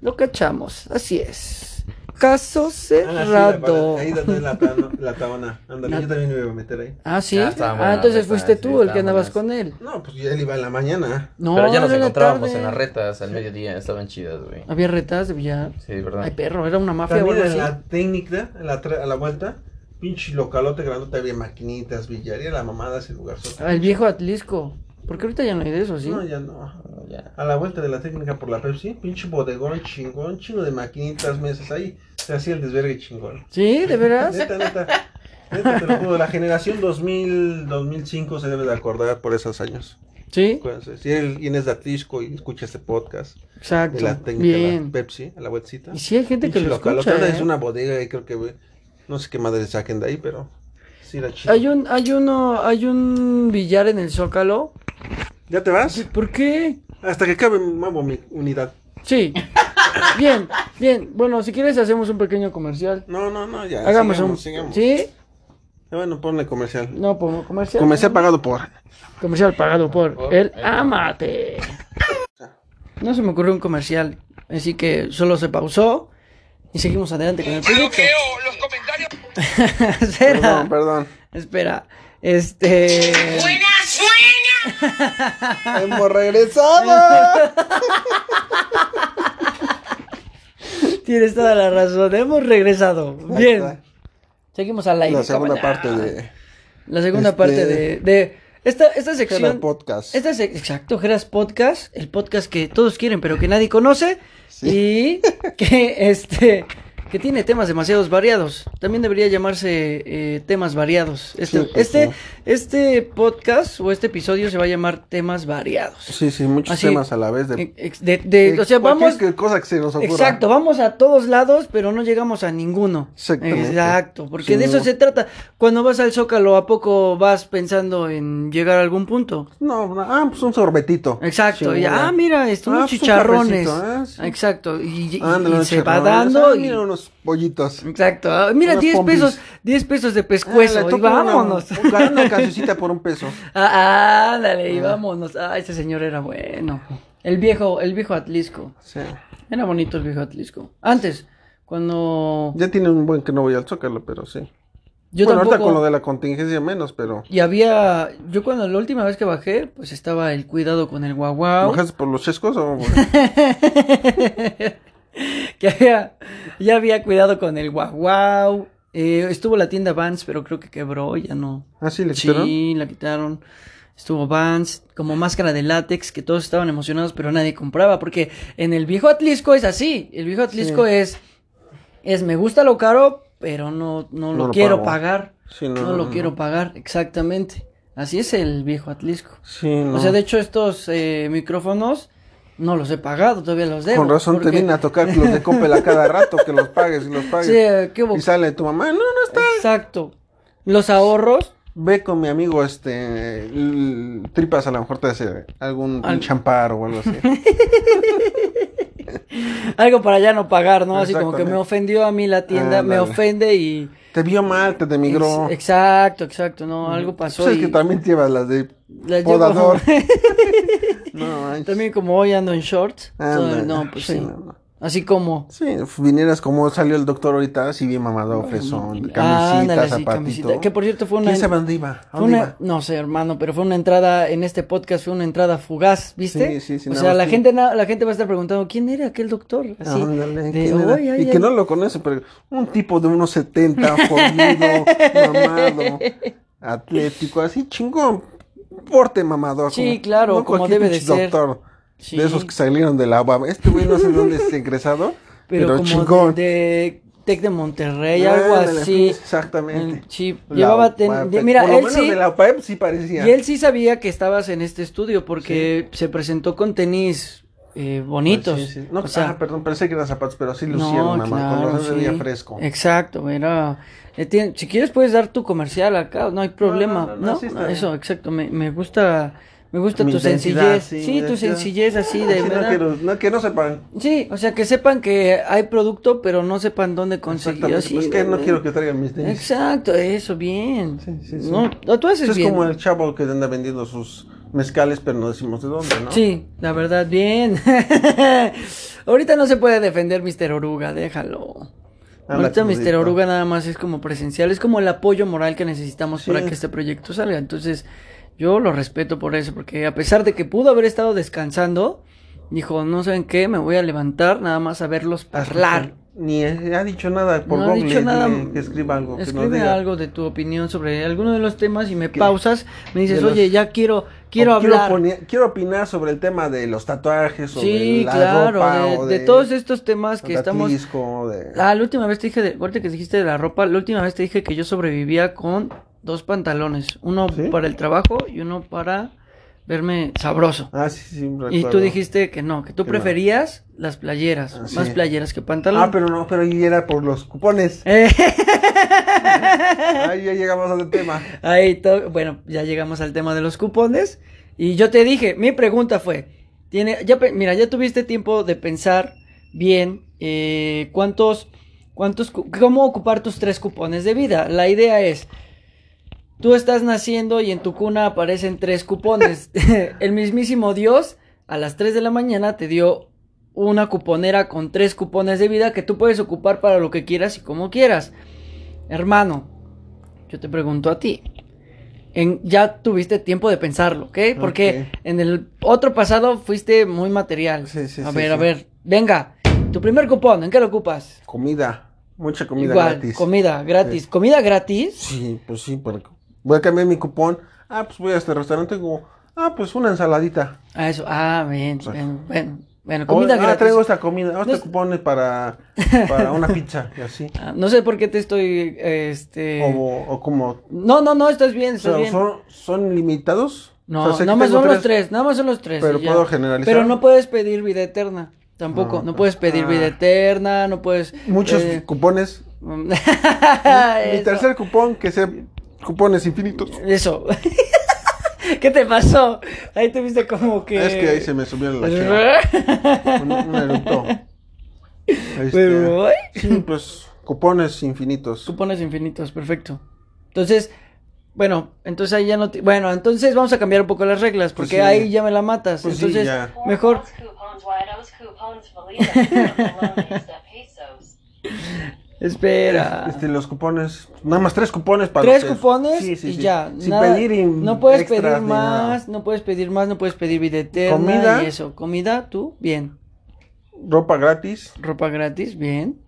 Speaker 3: Lo cachamos, así es. Caso
Speaker 1: Ah, sí, la
Speaker 3: cerrado.
Speaker 1: pared- Ahí donde es la, tabana- la tabana. Ándale, yo también me iba a meter ahí.
Speaker 3: Ah, sí.
Speaker 6: Ya estaba buena
Speaker 3: Ah,
Speaker 6: la
Speaker 3: entonces
Speaker 6: reta,
Speaker 3: fuiste
Speaker 6: sí,
Speaker 3: tú el
Speaker 6: estaba
Speaker 3: que andabas con
Speaker 6: buena
Speaker 3: él.
Speaker 1: No, pues él iba en la mañana.
Speaker 3: No,
Speaker 6: Pero ya nos
Speaker 3: era la
Speaker 6: encontrábamos
Speaker 3: tarde.
Speaker 6: en las retas al mediodía, estaban chidas, güey.
Speaker 3: Había retas de billar.
Speaker 6: Sí, ¿verdad?
Speaker 3: Ay, perro, era una mafia o
Speaker 1: También
Speaker 3: algo
Speaker 1: en
Speaker 3: así.
Speaker 1: la técnica, a la, tra- a la vuelta, pinche localote grandote, había maquinitas, billaría, la mamada, ese lugar. solo.
Speaker 3: Al viejo Atlisco. Porque ahorita ya no hay de eso, Ah, pues ¿sí?
Speaker 1: No, ya no.
Speaker 6: No, ya.
Speaker 1: A la vuelta de la técnica por la Pepsi, pinche bodegón chingón, chino de maquinitas, mesas ahí, se hacía el desvergue chingón.
Speaker 3: ¿Sí? ¿De veras?
Speaker 1: Neta, neta. Neta, te lo juro, la generación 2000, 2005 se debe de acordar por esos años.
Speaker 3: Sí,
Speaker 1: Acuérdense, Si eres- alguien es de Atlisco y escucha este podcast de
Speaker 3: exacto.
Speaker 1: la técnica de la
Speaker 3: Bien.
Speaker 1: Pepsi, a la webcita.
Speaker 3: Y sí hay gente que
Speaker 1: Pinche
Speaker 3: lo
Speaker 1: local,
Speaker 3: escucha.
Speaker 1: otra
Speaker 3: ¿eh?
Speaker 1: Es una bodega y creo que güey, no sé qué madre saquen de ahí, pero sí la chida.
Speaker 3: Hay un, hay uno, hay un billar en el Zócalo.
Speaker 1: ¿Ya te vas?
Speaker 3: ¿Por qué?
Speaker 1: Hasta que acabe mamo mi unidad.
Speaker 3: Sí. Bien, bien. Bueno, si quieres hacemos un pequeño comercial.
Speaker 1: No, no, no, ya.
Speaker 3: Hagamos
Speaker 1: sigamos,
Speaker 3: un.
Speaker 1: sigamos.
Speaker 3: ¿Sí?
Speaker 1: Ah, Bueno, ponle comercial.
Speaker 3: No, por comercial.
Speaker 1: Comercial pagado por.
Speaker 3: Comercial pagado por
Speaker 6: Por
Speaker 3: el
Speaker 6: el-
Speaker 3: Amate. No se me ocurrió un comercial, así que solo se pausó y seguimos adelante con el proyecto.
Speaker 1: Perdón,
Speaker 3: espera,
Speaker 1: perdón.
Speaker 3: espera. Este.
Speaker 1: Hemos regresado.
Speaker 3: Tienes toda la razón. Hemos regresado. Bien.
Speaker 1: está.
Speaker 3: Seguimos al aire.
Speaker 1: La segunda
Speaker 3: cámara.
Speaker 1: parte de
Speaker 3: La segunda
Speaker 1: este-
Speaker 3: parte de. de esta, esta
Speaker 1: Cada
Speaker 3: sección.
Speaker 1: Podcast.
Speaker 3: Esta sec- exacto, Geras Podcast, el podcast que todos quieren pero que nadie conoce y que este que tiene temas demasiados variados. También debería llamarse eh, temas variados. Este
Speaker 1: Sí, pues,
Speaker 3: este
Speaker 1: sí.
Speaker 3: este podcast o este episodio se va a llamar temas variados.
Speaker 1: Sí, sí, muchos
Speaker 3: Así-
Speaker 1: temas a la vez. De,
Speaker 3: Ex- ex- de- de-
Speaker 1: de
Speaker 3: o sea,
Speaker 1: cualquier
Speaker 3: vamos
Speaker 1: que- cosa que se nos ocurra.
Speaker 3: Exacto, vamos a todos lados, pero no llegamos a ninguno.
Speaker 1: Exactamente.
Speaker 3: Exacto, porque
Speaker 1: Sí,
Speaker 3: de eso
Speaker 1: no.
Speaker 3: se trata. Cuando vas al Zócalo, ¿a poco vas pensando en llegar a algún punto?
Speaker 1: No, no, ah, pues un sorbetito.
Speaker 3: Exacto,
Speaker 1: Sí,
Speaker 3: y, ah, mira, esto,
Speaker 1: Ah,
Speaker 3: unos
Speaker 1: pues un
Speaker 3: chicharrones.
Speaker 1: cafecito, ah, sí.
Speaker 3: Exacto, y, y-
Speaker 1: Ándale,
Speaker 3: y
Speaker 1: unos
Speaker 3: se va
Speaker 1: chicharrones.
Speaker 3: dando.
Speaker 1: Ah,
Speaker 3: y-
Speaker 1: mira unos pollitos.
Speaker 3: Exacto, ah, mira,
Speaker 1: Unas
Speaker 3: 10
Speaker 1: pompis.
Speaker 3: pesos, 10 pesos de
Speaker 1: Ah,
Speaker 3: pescuezo,
Speaker 1: le
Speaker 3: y
Speaker 1: toco una-
Speaker 3: Pues vámonos.
Speaker 1: Una, una cancioncita por un peso.
Speaker 3: Ah, ándale, y vámonos. Ah, ese señor era bueno. El viejo, el viejo Atlisco.
Speaker 1: Sí.
Speaker 3: Era bonito el viejo Atlisco. Antes, cuando.
Speaker 1: Ya tiene un buen que no voy al Zócalo, pero sí.
Speaker 3: Yo
Speaker 1: bueno, ahorita
Speaker 3: tampoco.
Speaker 1: con lo de la contingencia menos, pero...
Speaker 3: Y había. Yo cuando la última vez que bajé, pues estaba el cuidado con el guaguau.
Speaker 1: ¿Bajaste por los chescos o...?
Speaker 3: que había, ya había cuidado con el guaguau. Eh, estuvo la tienda Vans, pero creo que quebró, ya no.
Speaker 1: Ah, sí, le
Speaker 3: Sí,
Speaker 1: quitaron.
Speaker 3: la quitaron. Estuvo Vans, como máscara de látex, que todos estaban emocionados, pero nadie compraba, porque en el viejo Atlisco es así. El viejo Atlisco es, es me gusta lo caro, pero no, no, lo,
Speaker 1: lo
Speaker 3: quiero
Speaker 1: pago.
Speaker 3: pagar.
Speaker 1: Sí,
Speaker 3: no,
Speaker 1: no,
Speaker 3: lo
Speaker 1: no,
Speaker 3: quiero
Speaker 1: no.
Speaker 3: pagar, exactamente. Así es el viejo Atlisco.
Speaker 1: Sí, no.
Speaker 3: O sea, de hecho, estos eh, micrófonos no los he pagado, todavía los debo.
Speaker 1: Con razón te
Speaker 3: porque-
Speaker 1: viene a tocar que los de Coppel a cada rato, que los pagues y los pagues.
Speaker 3: Sí, eh, ¿qué hubo?
Speaker 1: y sale tu mamá, no, no está.
Speaker 3: Exacto. Los ahorros,
Speaker 1: Ve con mi amigo, este, l- tripas, a lo mejor te hace algún
Speaker 3: Al-
Speaker 1: champaro o algo así.
Speaker 3: algo para ya no pagar, ¿no? Así como que me
Speaker 1: Exactamente.
Speaker 3: ofendió a mí la tienda, me
Speaker 1: Ándale.
Speaker 3: ofende y...
Speaker 1: te vio mal, te demigró.
Speaker 3: Ex- Exacto, exacto, ¿no? Algo pasó
Speaker 1: Sabes
Speaker 3: y...
Speaker 1: Pues que también llevas las de
Speaker 3: la llevo-
Speaker 1: podador. no, manches.
Speaker 3: también como hoy ando en shorts,
Speaker 1: Ándale.
Speaker 3: so- no, pues sí.
Speaker 1: no, no.
Speaker 3: Así como...
Speaker 1: Sí, f- vinieras como salió el doctor ahorita, así bien mamado, fresón, camisita,
Speaker 3: Ah, ándale, sí,
Speaker 1: zapatito.
Speaker 3: camisita. Que por cierto fue una...
Speaker 1: ¿Quién sabe dónde iba? ¿A
Speaker 3: Fue
Speaker 1: dónde
Speaker 3: una- no sé, hermano, pero fue una entrada en este podcast, fue una entrada fugaz,
Speaker 1: Sí,
Speaker 3: ¿viste?
Speaker 1: sí, sí,
Speaker 3: o
Speaker 1: nada
Speaker 3: sea,
Speaker 1: más
Speaker 3: la
Speaker 1: que-
Speaker 3: gente, na- la gente va a estar preguntando, ¿quién era aquel doctor?
Speaker 1: iba?
Speaker 3: Así,
Speaker 1: Ándale,
Speaker 3: de,
Speaker 1: ¿quién era?
Speaker 3: "Ay, ay,
Speaker 1: y
Speaker 3: ay".
Speaker 1: que no lo conoce, pero un tipo de unos 70, fornido, mamado, atlético, así chingón, porte mamador.
Speaker 3: Sí, claro,
Speaker 1: no
Speaker 3: como
Speaker 1: cualquier
Speaker 3: debe de
Speaker 1: pinche
Speaker 3: ser.
Speaker 1: doctor,
Speaker 3: Sí.
Speaker 1: de esos que salieron de la UAM. Este güey no sé de dónde está ingresado,
Speaker 3: pero,
Speaker 1: pero,
Speaker 3: como
Speaker 1: chingón.
Speaker 3: de Tec de Monterrey, algo
Speaker 1: Ándale,
Speaker 3: así.
Speaker 1: Exactamente.
Speaker 3: El- Sí,
Speaker 1: La
Speaker 3: llevaba, ten-
Speaker 1: UAP.
Speaker 3: de- mira,
Speaker 1: Por lo
Speaker 3: él
Speaker 1: menos
Speaker 3: sí,
Speaker 1: de la UAP sí parecía.
Speaker 3: y él sí sabía que estabas en este estudio porque se presentó con tenis eh, bonitos.
Speaker 1: Sí, sí. No,
Speaker 3: o sea,
Speaker 1: ah, perdón, pensé que eran zapatos, pero sí lucían una mano.
Speaker 3: claro,
Speaker 1: Con razón se veía
Speaker 3: sí.
Speaker 1: fresco.
Speaker 3: Exacto, era. eh, tien- Si quieres puedes dar tu comercial acá, no hay problema. No,
Speaker 1: no, no, sí está bien.
Speaker 3: eso, exacto, me, me gusta, me gusta
Speaker 1: Mi
Speaker 3: tu
Speaker 1: identidad,
Speaker 3: sencillez.
Speaker 1: sí,
Speaker 3: Sí,
Speaker 1: mi
Speaker 3: tu
Speaker 1: identidad.
Speaker 3: sencillez así de
Speaker 1: Sí, no,
Speaker 3: verdad.
Speaker 1: que, los- no, que no sepan.
Speaker 3: Sí, o sea que sepan que hay producto, pero no sepan dónde conseguirlo.
Speaker 1: Exactamente. pues que no quiero que traigan mis tenis.
Speaker 3: Exacto, eso, bien.
Speaker 1: Sí, sí, sí.
Speaker 3: No, no, tú haces
Speaker 1: Eso es
Speaker 3: bien.
Speaker 1: como el chavo que anda vendiendo sus mezcales, pero no decimos de dónde, ¿no?
Speaker 3: Sí, la verdad, bien. Ahorita no se puede defender Mr. Oruga, déjalo.
Speaker 1: Anda,
Speaker 3: Ahorita
Speaker 1: crudito.
Speaker 3: Mr. Oruga nada más es como presencial, es como el apoyo moral que necesitamos
Speaker 1: Sí.
Speaker 3: para que este proyecto salga. Entonces, yo lo respeto por eso, porque a pesar de que pudo haber estado descansando, dijo, no saben qué, me voy a levantar nada más a verlos hablar.
Speaker 1: Ni ha dicho nada por
Speaker 3: no ha
Speaker 1: Google.
Speaker 3: dicho nada.
Speaker 1: dile Que escriba algo. que no
Speaker 3: Escribe
Speaker 1: diga.
Speaker 3: algo de tu opinión sobre alguno de los temas y me pausas, me dices,
Speaker 1: De los-
Speaker 3: oye, ya quiero, quiero
Speaker 1: O
Speaker 3: hablar.
Speaker 1: poner- quiero opinar sobre el tema de los tatuajes o
Speaker 3: Sí,
Speaker 1: de la
Speaker 3: claro,
Speaker 1: ropa
Speaker 3: de,
Speaker 1: o
Speaker 3: de todos estos temas que
Speaker 1: del
Speaker 3: estamos...
Speaker 1: atlisco, de-
Speaker 3: Ah, la última vez te dije, de, ahorita que dijiste de la ropa, la última vez te dije que yo sobrevivía con dos pantalones, uno
Speaker 1: ¿Sí?
Speaker 3: para el trabajo y uno para verme sabroso.
Speaker 1: Ah, sí, sí, recuerdo.
Speaker 3: Y tú dijiste que no, que tú
Speaker 1: Que no.
Speaker 3: preferías las playeras,
Speaker 1: Ah,
Speaker 3: más
Speaker 1: sí.
Speaker 3: playeras que pantalón.
Speaker 1: Ah, pero no, pero ahí era por los cupones.
Speaker 3: Eh,
Speaker 1: Ahí ya llegamos al tema.
Speaker 3: ahí to- bueno, ya llegamos al tema de los cupones y yo te dije, mi pregunta fue, tiene, ya, pe- mira, ya tuviste tiempo de pensar bien eh, cuántos, cuántos, cu- cómo ocupar tus tres cupones de vida. La idea es, tú estás naciendo y en tu cuna aparecen tres cupones. El mismísimo Dios a las 3 de la mañana te dio una cuponera con tres cupones de vida que tú puedes ocupar para lo que quieras y como quieras. Hermano, yo te pregunto a ti. En, ya tuviste tiempo de pensarlo, ¿ok? Porque
Speaker 1: Ok.
Speaker 3: en el otro pasado fuiste muy material.
Speaker 1: Sí, sí,
Speaker 3: a
Speaker 1: sí,
Speaker 3: ver, a
Speaker 1: sí.
Speaker 3: ver, venga. Tu primer cupón, ¿en qué lo ocupas?
Speaker 1: Comida. Mucha comida
Speaker 3: Igual,
Speaker 1: gratis.
Speaker 3: comida gratis.
Speaker 1: Sí.
Speaker 3: ¿Comida gratis?
Speaker 1: Sí, pues sí, porque voy a cambiar mi cupón. Ah, pues voy a este restaurante y digo, ah, pues una ensaladita.
Speaker 3: Ah, eso. Ah, bien,
Speaker 1: Exacto.
Speaker 3: bien, bueno. Bueno,
Speaker 1: O,
Speaker 3: comida
Speaker 1: ah,
Speaker 3: gratis.
Speaker 1: traigo esta comida, este
Speaker 3: No es-
Speaker 1: cupón es para, para una pizza y así.
Speaker 3: Ah, No sé por qué te estoy, este...
Speaker 1: O, o como,
Speaker 3: No, no, no, estás bien,
Speaker 1: o
Speaker 3: estás
Speaker 1: sea,
Speaker 3: bien.
Speaker 1: ¿son, son limitados?
Speaker 3: No,
Speaker 1: O sea, sé que
Speaker 3: nada más
Speaker 1: tengo
Speaker 3: son los tres, nada más son los tres.
Speaker 1: Pero
Speaker 3: y ya.
Speaker 1: puedo generalizar.
Speaker 3: Pero no puedes pedir vida eterna, tampoco.
Speaker 1: Ah,
Speaker 3: No puedes pedir vida
Speaker 1: ah.
Speaker 3: eterna, no puedes...
Speaker 1: Muchos
Speaker 3: eh, Ah,
Speaker 1: cupones. Mi
Speaker 3: eso.
Speaker 1: tercer cupón, que sea cupones infinitos.
Speaker 3: Eso. ¿Qué te pasó? Ahí te viste como que... Pues,
Speaker 1: Es que ahí se me subió la chava. Un, un eructo. Este,
Speaker 3: Pero, ay.
Speaker 1: sí, pues cupones infinitos.
Speaker 3: Supones infinitos, perfecto. Entonces, bueno, entonces ahí ya no te- Bueno, entonces vamos a cambiar un poco las reglas,
Speaker 1: Pues
Speaker 3: porque
Speaker 1: sí.
Speaker 3: ahí ya me la matas.
Speaker 1: Pues sí,
Speaker 3: entonces,
Speaker 1: ya.
Speaker 3: mejor... Espera.
Speaker 1: Este, los cupones, nada más tres cupones para
Speaker 3: ah. Tres
Speaker 1: los que-
Speaker 3: cupones
Speaker 1: Sí, sí,
Speaker 3: y
Speaker 1: sí.
Speaker 3: ya.
Speaker 1: Sin
Speaker 3: nada-
Speaker 1: pedir y
Speaker 3: no puedes
Speaker 1: extras
Speaker 3: pedir
Speaker 1: ni nada.
Speaker 3: más, no puedes pedir más, no puedes pedir vida eterna
Speaker 1: Comida.
Speaker 3: y eso. Comida, tú, bien.
Speaker 1: Ropa gratis
Speaker 3: Ropa gratis, bien.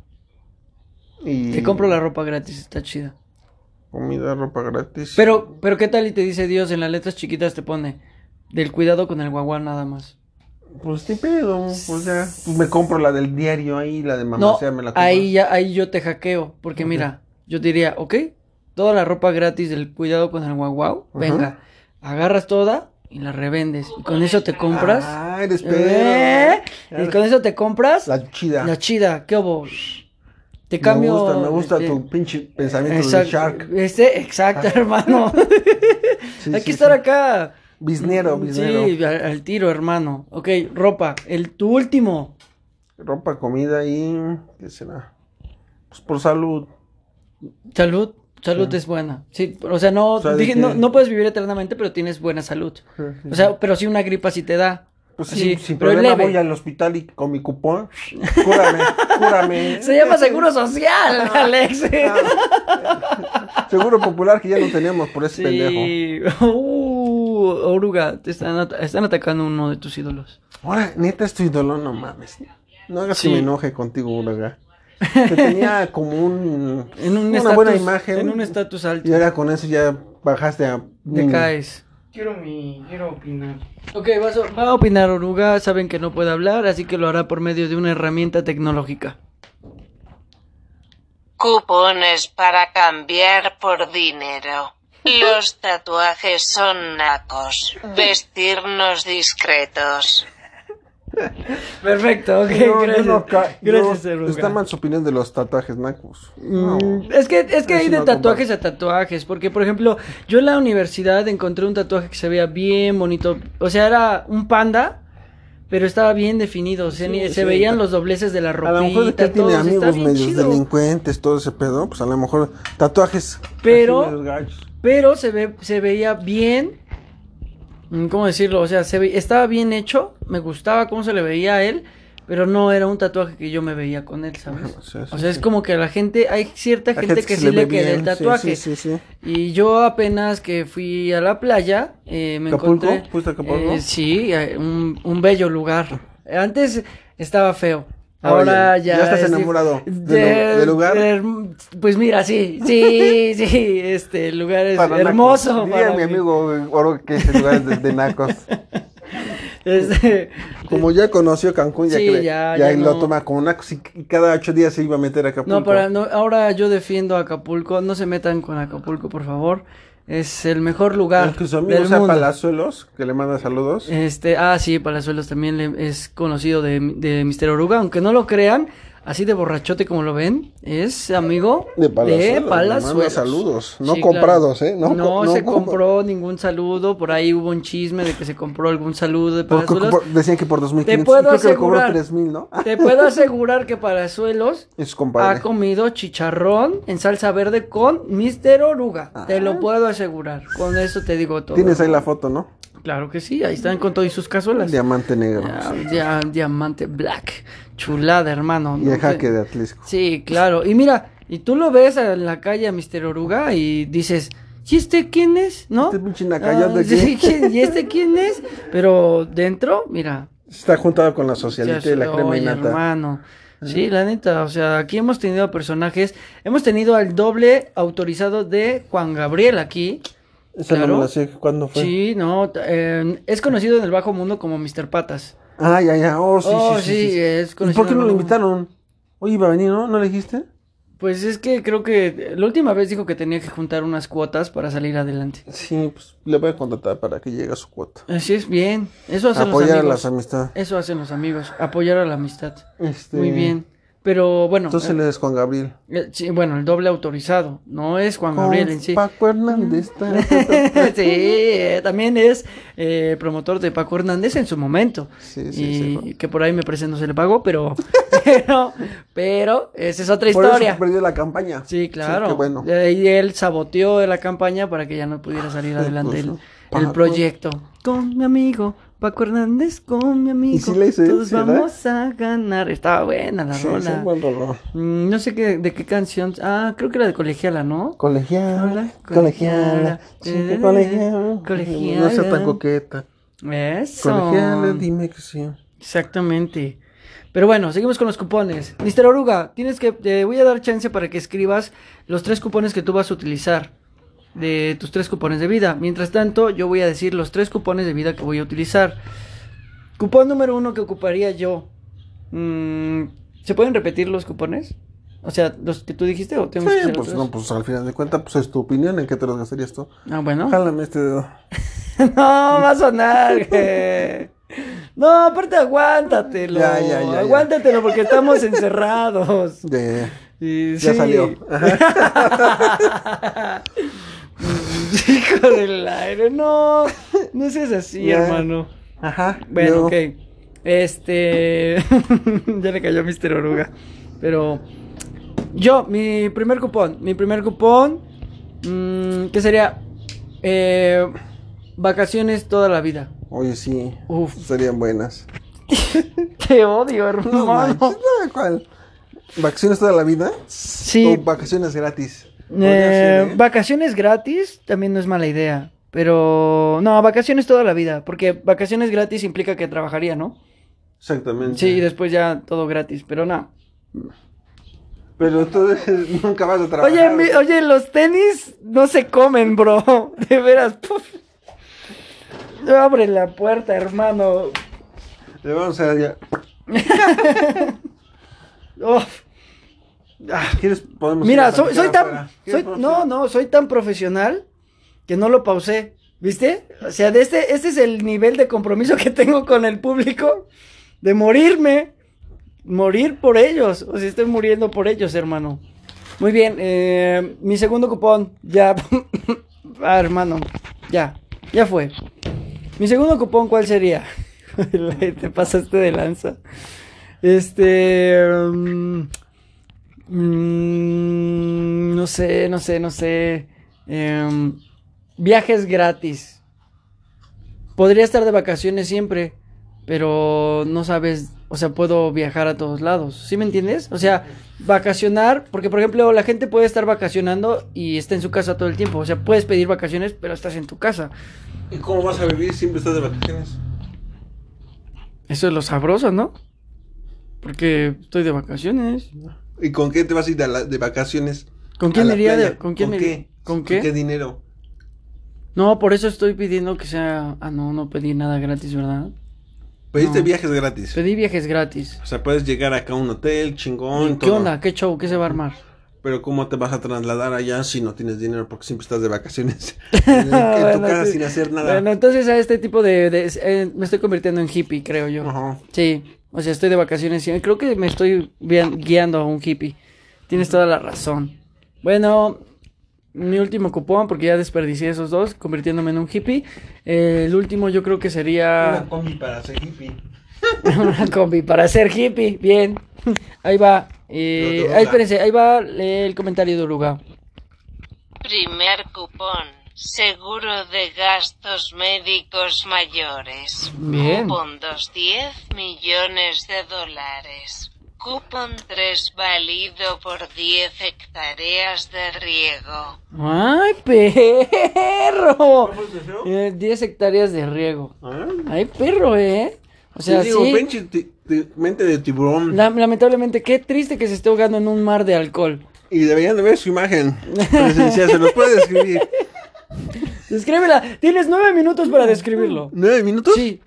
Speaker 1: y
Speaker 3: Te compro la ropa gratis, está chida.
Speaker 1: comida, ropa gratis.
Speaker 3: Pero, pero ¿qué tal y te dice Dios en las letras chiquitas te pone del cuidado con el guaguá nada más?
Speaker 1: pues ni pedo, pues ya pues, me compro la del diario ahí, la de mamá,
Speaker 3: No,
Speaker 1: o sea, me la compro.
Speaker 3: ahí ya, ahí yo te hackeo, porque
Speaker 1: Ok.
Speaker 3: mira, yo diría, ok, toda la ropa gratis del cuidado con el guaguau,
Speaker 1: Ajá.
Speaker 3: venga, agarras toda y la revendes, y con eso te compras,
Speaker 1: Ah, eres pedo.
Speaker 3: ¿eh? y con eso te compras la
Speaker 1: La chida.
Speaker 3: chida, ¿qué hubo? Te cambio.
Speaker 1: Me gusta, me gusta
Speaker 3: este,
Speaker 1: tu pinche pensamiento de
Speaker 3: exacto,
Speaker 1: shark.
Speaker 3: Este, exacto, hermano.
Speaker 1: Sí,
Speaker 3: Hay
Speaker 1: sí,
Speaker 3: que estar
Speaker 1: sí.
Speaker 3: acá.
Speaker 1: Biznero, biznero.
Speaker 3: Mm, Sí, al, al tiro, hermano. Ok, ropa, el tu último.
Speaker 1: Ropa, comida y. ¿Qué será? Pues por salud.
Speaker 3: Salud, salud es buena. Sí, o sea, no,
Speaker 1: O sea, de
Speaker 3: dije,
Speaker 1: que-
Speaker 3: no, no puedes vivir eternamente, pero tienes buena salud. O sea, pero si una gripa sí te da.
Speaker 1: pues sí,
Speaker 3: así,
Speaker 1: sin
Speaker 3: pero es
Speaker 1: problema
Speaker 3: leve.
Speaker 1: voy al hospital y con mi cupón. Cúrame, cúrame.
Speaker 3: Se llama seguro social, Alex.
Speaker 1: Ah, Seguro popular que ya no teníamos por ese pendejo.
Speaker 3: sí. Uh, oruga, te están, at- están atacando uno de tus ídolos.
Speaker 1: Ahora, neta, estoy dolor, no mames. No hagas
Speaker 3: Sí.
Speaker 1: que me enoje contigo, Uraga. Que tenía como un.
Speaker 3: En un
Speaker 1: una
Speaker 3: estatus,
Speaker 1: buena imagen.
Speaker 3: En un estatus alto.
Speaker 1: Y ahora con eso ya Mm. bajaste a.
Speaker 3: Te caes.
Speaker 4: Quiero mi, quiero opinar.
Speaker 3: Ok, vas a- va a opinar Oruga, saben que no puede hablar, así que lo hará por medio de una herramienta tecnológica.
Speaker 5: Cupones para cambiar por dinero. Los tatuajes son nacos. Vestirnos discretos.
Speaker 3: Perfecto, ok,
Speaker 1: No, yo
Speaker 3: gracias.
Speaker 1: no ca- yo-
Speaker 3: gracias, Oruga.
Speaker 1: Está mal su opinión de los tatuajes nacos. No.
Speaker 3: Mm, Es que, es que
Speaker 1: Eso
Speaker 3: hay
Speaker 1: no
Speaker 3: de
Speaker 1: comparto.
Speaker 3: tatuajes a tatuajes, porque por ejemplo, yo en la universidad encontré un tatuaje que se veía bien bonito, o sea, era un panda, pero estaba bien definido, o sea,
Speaker 1: Sí,
Speaker 3: ni- se
Speaker 1: sí.
Speaker 3: veían los dobleces de la
Speaker 1: A
Speaker 3: ropita,
Speaker 1: lo mejor es que él
Speaker 3: todo,
Speaker 1: tiene
Speaker 3: o sea, está
Speaker 1: amigos
Speaker 3: bien
Speaker 1: medios
Speaker 3: chido,
Speaker 1: delincuentes, todo ese pedo, pues a lo mejor tatuajes.
Speaker 3: Pero-
Speaker 1: así medios gachos.
Speaker 3: pero se, ve, se veía bien, mm, ¿cómo decirlo? O sea, se ve- estaba bien hecho, me gustaba cómo se le veía a él, pero no era un tatuaje que yo me veía con él, ¿sabes?
Speaker 1: Sí, sí,
Speaker 3: O sea, es
Speaker 1: pues, sí.
Speaker 3: como que a la gente, hay cierta
Speaker 1: La
Speaker 3: gente, que,
Speaker 1: se
Speaker 3: sí le
Speaker 1: ve
Speaker 3: queda
Speaker 1: bien,
Speaker 3: el
Speaker 1: sí,
Speaker 3: tatuaje.
Speaker 1: Sí, sí, sí.
Speaker 3: Y yo apenas que fui a la playa, eh, me
Speaker 1: ¿Acapulco?
Speaker 3: encontré...
Speaker 1: ¿Fuiste a Acapulco?
Speaker 3: eh, sí, eh, un, un bello lugar. Antes estaba feo.
Speaker 1: Ahora
Speaker 3: Ahora
Speaker 1: ya-
Speaker 3: ya...
Speaker 1: ya estás
Speaker 3: es dif-
Speaker 1: enamorado del lu-
Speaker 3: de-
Speaker 1: del lugar.
Speaker 3: de- pues mira, sí, sí, sí, este el lugar es
Speaker 1: Para
Speaker 3: hermoso.
Speaker 1: nacos.
Speaker 3: para
Speaker 1: Diría mi
Speaker 3: mí.
Speaker 1: amigo eh, Oro que ese lugar es de, de nacos.
Speaker 3: Este,
Speaker 1: Como ya conoció Cancún, ya
Speaker 3: Sí,
Speaker 1: que le-
Speaker 3: ya, ya
Speaker 1: lo
Speaker 3: no.
Speaker 1: toma como nacos y, y cada ocho días se iba a meter a Acapulco.
Speaker 3: no, para, no, ahora yo defiendo a Acapulco, no se metan con Acapulco, por favor. Es el mejor lugar
Speaker 1: Aunque su amigo
Speaker 3: del
Speaker 1: sea
Speaker 3: mundo.
Speaker 1: Palazuelos, que le manda saludos.
Speaker 3: Este, ah, sí, Palazuelos también le- es conocido de, de Mister Oruga, aunque no lo crean, así de borrachote como lo ven, es amigo
Speaker 1: de Palazuelos.
Speaker 3: de
Speaker 1: le
Speaker 3: Palazuelos.
Speaker 1: Manda saludos. No
Speaker 3: Sí, claro.
Speaker 1: comprados, ¿eh?
Speaker 3: No,
Speaker 1: No, co- no
Speaker 3: se
Speaker 1: com-
Speaker 3: compró ningún saludo, por ahí hubo un chisme de que se compró algún saludo de
Speaker 1: Por-
Speaker 3: Palazuelos.
Speaker 1: por- decían que por 2500.
Speaker 3: Te puedo
Speaker 1: y creo que le cobró
Speaker 3: asegurar.
Speaker 1: 3000, ¿no? Ah,
Speaker 3: Te puedo asegurar que Palazuelos
Speaker 1: es
Speaker 3: ha
Speaker 1: compadre.
Speaker 3: comido chicharrón en salsa verde con Mister Oruga. Te lo puedo asegurar. Con eso te digo todo.
Speaker 1: Ah. Tienes ahí la foto, ¿no?
Speaker 3: Claro que sí, ahí están con todas sus cazuelas.
Speaker 1: Diamante negro.
Speaker 3: Pues, Ya, ya, diamante black. Chulada, hermano.
Speaker 1: Y
Speaker 3: ¿no?
Speaker 1: el jaque de Atlisco.
Speaker 3: Sí, claro. Y mira, y tú lo ves en la calle a Mister Oruga y dices, ¿y este quién es? ¿No?
Speaker 1: Este pinche nacayote
Speaker 3: Ah, sí,
Speaker 1: aquí.
Speaker 3: ¿quién- ¿Y este quién es? Pero dentro, mira.
Speaker 1: Está juntado con la
Speaker 3: ya
Speaker 1: socialita y la
Speaker 3: soy,
Speaker 1: crema y nata.
Speaker 3: hermano. Sí, la neta, o sea, aquí hemos tenido personajes, hemos tenido al doble autorizado de Juan Gabriel aquí.
Speaker 1: Esa no
Speaker 3: claro.
Speaker 1: me la sé, ¿Cuándo fue?
Speaker 3: Sí, no, t- eh, es conocido en el bajo mundo como Mr. Patas.
Speaker 1: Ah, ya, ya. Oh, sí,
Speaker 3: Oh,
Speaker 1: sí, sí,
Speaker 3: sí,
Speaker 1: sí, sí.
Speaker 3: es
Speaker 1: ¿Y
Speaker 3: conocido
Speaker 1: por qué no lo
Speaker 3: como-
Speaker 1: invitaron? Oye, iba a venir, ¿no? ¿No le dijiste?
Speaker 3: Pues es que creo que eh, la última vez dijo que tenía que juntar unas cuotas para salir adelante.
Speaker 1: Sí, pues le voy a contratar para que llegue a su cuota.
Speaker 3: Así es, bien. Eso hacen
Speaker 1: Apoyar a
Speaker 3: los amigos.
Speaker 1: las amistades.
Speaker 3: Eso hacen los amigos, apoyar a la amistad.
Speaker 1: Este,
Speaker 3: Muy bien. Pero bueno,
Speaker 1: Entonces
Speaker 3: eh,
Speaker 1: le es Juan Gabriel.
Speaker 3: eh, sí, bueno, el doble autorizado, no es Juan Gabriel en sí.
Speaker 1: Con Paco Hernández. ta, ta,
Speaker 3: sí,
Speaker 1: ta.
Speaker 3: eh, también es eh, promotor de Paco Hernández en su momento.
Speaker 1: Sí, sí,
Speaker 3: y
Speaker 1: sí.
Speaker 3: que por ahí me parece no se le pagó, pero, pero, pero esa es otra
Speaker 1: Por eso
Speaker 3: historia.
Speaker 1: que perdió la campaña.
Speaker 3: Sí, claro.
Speaker 1: qué bueno.
Speaker 3: Y ahí él saboteó la campaña para que ya no pudiera salir adelante el,
Speaker 1: pues,
Speaker 3: el
Speaker 1: Paco.
Speaker 3: proyecto. Con mi amigo, Paco Hernández, con mi amigo.
Speaker 1: sí le hice,
Speaker 3: todos
Speaker 1: sí, ¿verdad?
Speaker 3: vamos a ganar. Estaba buena la
Speaker 1: Sí, es
Speaker 3: rola.
Speaker 1: un buen rolón.
Speaker 3: Mm, no sé qué, de qué canción. Ah, creo que era de Colegiala, ¿no?
Speaker 1: Colegiala,
Speaker 3: Hola,
Speaker 1: colegiala, chica colegiala.
Speaker 3: Colegiala.
Speaker 1: No sea tan coqueta.
Speaker 3: Eso.
Speaker 1: Colegiala, dime que sí.
Speaker 3: Exactamente. Pero bueno, seguimos con los cupones. Mister Oruga, tienes que, te voy a dar chance para que escribas los tres cupones que tú vas a utilizar de tus tres cupones de vida. Mientras tanto, yo voy a decir los tres cupones de vida que voy a utilizar. Cupón número uno que ocuparía yo. Mm, ¿Se pueden repetir los cupones? O sea, los que tú dijiste o tenemos que
Speaker 1: Sí,
Speaker 3: hacer
Speaker 1: pues
Speaker 3: otros?
Speaker 1: no, pues al final de cuentas, pues es tu opinión en qué te los gastarías tú.
Speaker 3: Ah, bueno.
Speaker 1: Jálame este dedo.
Speaker 3: No, va a sonar, güey. No, aparte aguántatelo.
Speaker 1: Ya, ya, ya, ya.
Speaker 3: Aguántatelo porque estamos encerrados.
Speaker 1: Ya, ya, ya.
Speaker 3: Y
Speaker 1: Ya
Speaker 3: sí.
Speaker 1: salió.
Speaker 3: Hijo del aire, no. No seas así,
Speaker 1: Ya.
Speaker 3: hermano.
Speaker 1: Ajá. luego.
Speaker 3: Bueno, ok. Este. ya le cayó Mr. Oruga. Pero. Yo, mi primer cupón. Mi primer cupón. mm, ¿Qué sería? Eh, vacaciones toda la vida.
Speaker 1: Oye, sí.
Speaker 3: Uf.
Speaker 1: Serían buenas.
Speaker 3: Te odio, hermano.
Speaker 1: No manches, no, ¿cuál? ¿Vacaciones toda la vida?
Speaker 3: Sí.
Speaker 1: O vacaciones gratis. Podría
Speaker 3: Eh,
Speaker 1: ser, ¿eh?
Speaker 3: Vacaciones gratis también no es mala idea. Pero no, vacaciones toda la vida. Porque vacaciones gratis implica que trabajaría, ¿no?
Speaker 1: Exactamente.
Speaker 3: Sí, y después ya todo gratis, pero no.
Speaker 1: Pero entonces nunca vas a trabajar.
Speaker 3: Oye, mi- oye, los tenis no se comen, bro. De veras. puf. Abre la puerta, hermano.
Speaker 1: Le vamos a ya.
Speaker 3: Uf. Ah.
Speaker 1: ¿Quieres? Podemos ir
Speaker 3: Mira,
Speaker 1: a
Speaker 3: soy, soy
Speaker 1: platicar
Speaker 3: tan.
Speaker 1: afuera.
Speaker 3: soy-
Speaker 1: ¿Quieres?
Speaker 3: no, no, soy tan profesional que no lo pausé. ¿Viste? O sea, de este, este es el nivel de compromiso que tengo con el público. De morirme. Morir por ellos. O sea, estoy muriendo por ellos, hermano. Muy bien. eh, mi segundo cupón. Ya. ah, hermano. Ya. Ya fue. Mi segundo cupón, ¿cuál sería? Te pasaste de lanza. Este. mm, Mm, no sé, no sé, no sé. Em, viajes gratis. Podría estar de vacaciones siempre, pero no sabes, o sea, puedo viajar a todos lados. ¿Sí me entiendes? O sea, vacacionar, porque por ejemplo, la gente puede estar vacacionando y está en su casa todo el tiempo. O sea, puedes pedir vacaciones, pero estás en tu casa.
Speaker 1: ¿Y cómo vas a vivir? Siempre estás de vacaciones.
Speaker 3: Eso es lo sabroso, ¿no? Porque estoy de vacaciones.
Speaker 1: ¿Y con qué te vas a ir a la- de vacaciones?
Speaker 3: ¿Con
Speaker 1: A
Speaker 3: quién
Speaker 1: la
Speaker 3: me iría? de-
Speaker 1: playa.
Speaker 3: ¿Con quién me iría? ¿Con
Speaker 1: ¿Con qué dinero?
Speaker 3: No, por eso estoy pidiendo que sea. Ah, no, no pedí nada gratis, ¿verdad?
Speaker 1: Pediste
Speaker 3: No.
Speaker 1: viajes gratis.
Speaker 3: Pedí viajes gratis.
Speaker 1: O sea, puedes llegar acá a un hotel chingón.
Speaker 3: ¿Qué
Speaker 1: todo.
Speaker 3: onda? ¿Qué show? ¿Qué se va a armar?
Speaker 1: Pero ¿cómo te vas a trasladar allá si no tienes dinero? Porque siempre estás de vacaciones en, en tu
Speaker 3: Ah, Bueno,
Speaker 1: casa
Speaker 3: sí.
Speaker 1: sin hacer nada.
Speaker 3: Bueno, entonces a este tipo de... de- eh, me estoy convirtiendo en hippie, creo yo.
Speaker 1: Ajá.
Speaker 3: Sí, o sea, estoy de vacaciones y creo que me estoy guian- guiando a un hippie. Tienes toda la razón. Bueno, mi último cupón, porque ya desperdicié esos dos, convirtiéndome en un hippie. Eh, el último yo creo que sería
Speaker 1: Una combi para ser hippie.
Speaker 3: una combi para ser hippie. Bien, ahí va. Eh,
Speaker 1: Lo de
Speaker 3: ah,
Speaker 1: Uruguay.
Speaker 3: espérense, ahí va el comentario de Uruguay.
Speaker 5: Primer cupón. Seguro de gastos médicos mayores.
Speaker 3: Bien.
Speaker 5: Cupón 2, 10 millones de dólares. Cupón 3 válido por 10 hectáreas de riego.
Speaker 3: ¡Ay, perro! Eh, 10 hectáreas de riego.
Speaker 1: Ah,
Speaker 3: ¡Ay, perro, eh! O sea,
Speaker 1: sí, digo,
Speaker 3: sí.
Speaker 1: pinche ti- ti- mente de tiburón.
Speaker 3: La- lamentablemente, qué triste que se esté ahogando en un mar de alcohol.
Speaker 1: Y deberían de ver su imagen presencial. Se los puede describir.
Speaker 3: Descríbela. Tienes nueve minutos para describirlo.
Speaker 1: ¿Nueve minutos?
Speaker 3: Sí,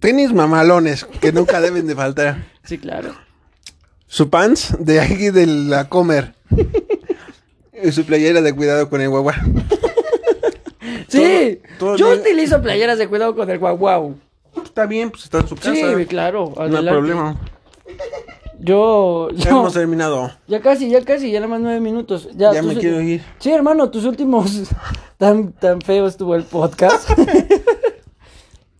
Speaker 1: Tenis mamalones que nunca deben de faltar.
Speaker 3: sí, claro.
Speaker 1: Su pants de aquí de la comer. Y su playera de cuidado con el guagua.
Speaker 3: Sí.
Speaker 1: todo
Speaker 3: Yo
Speaker 1: bien.
Speaker 3: utilizo playeras de cuidado con el guau
Speaker 1: Está bien, pues está en su casa.
Speaker 3: Sí, claro.
Speaker 1: no hay
Speaker 3: adelante.
Speaker 1: problema.
Speaker 3: Yo,
Speaker 1: Ya
Speaker 3: yo-
Speaker 1: hemos terminado.
Speaker 3: ya casi, ya casi, ya nada más nueve minutos. Ya,
Speaker 1: Ya
Speaker 3: tus
Speaker 1: me
Speaker 3: ulti-
Speaker 1: quiero ir.
Speaker 3: Sí, hermano, tus últimos tan, tan feo estuvo el podcast.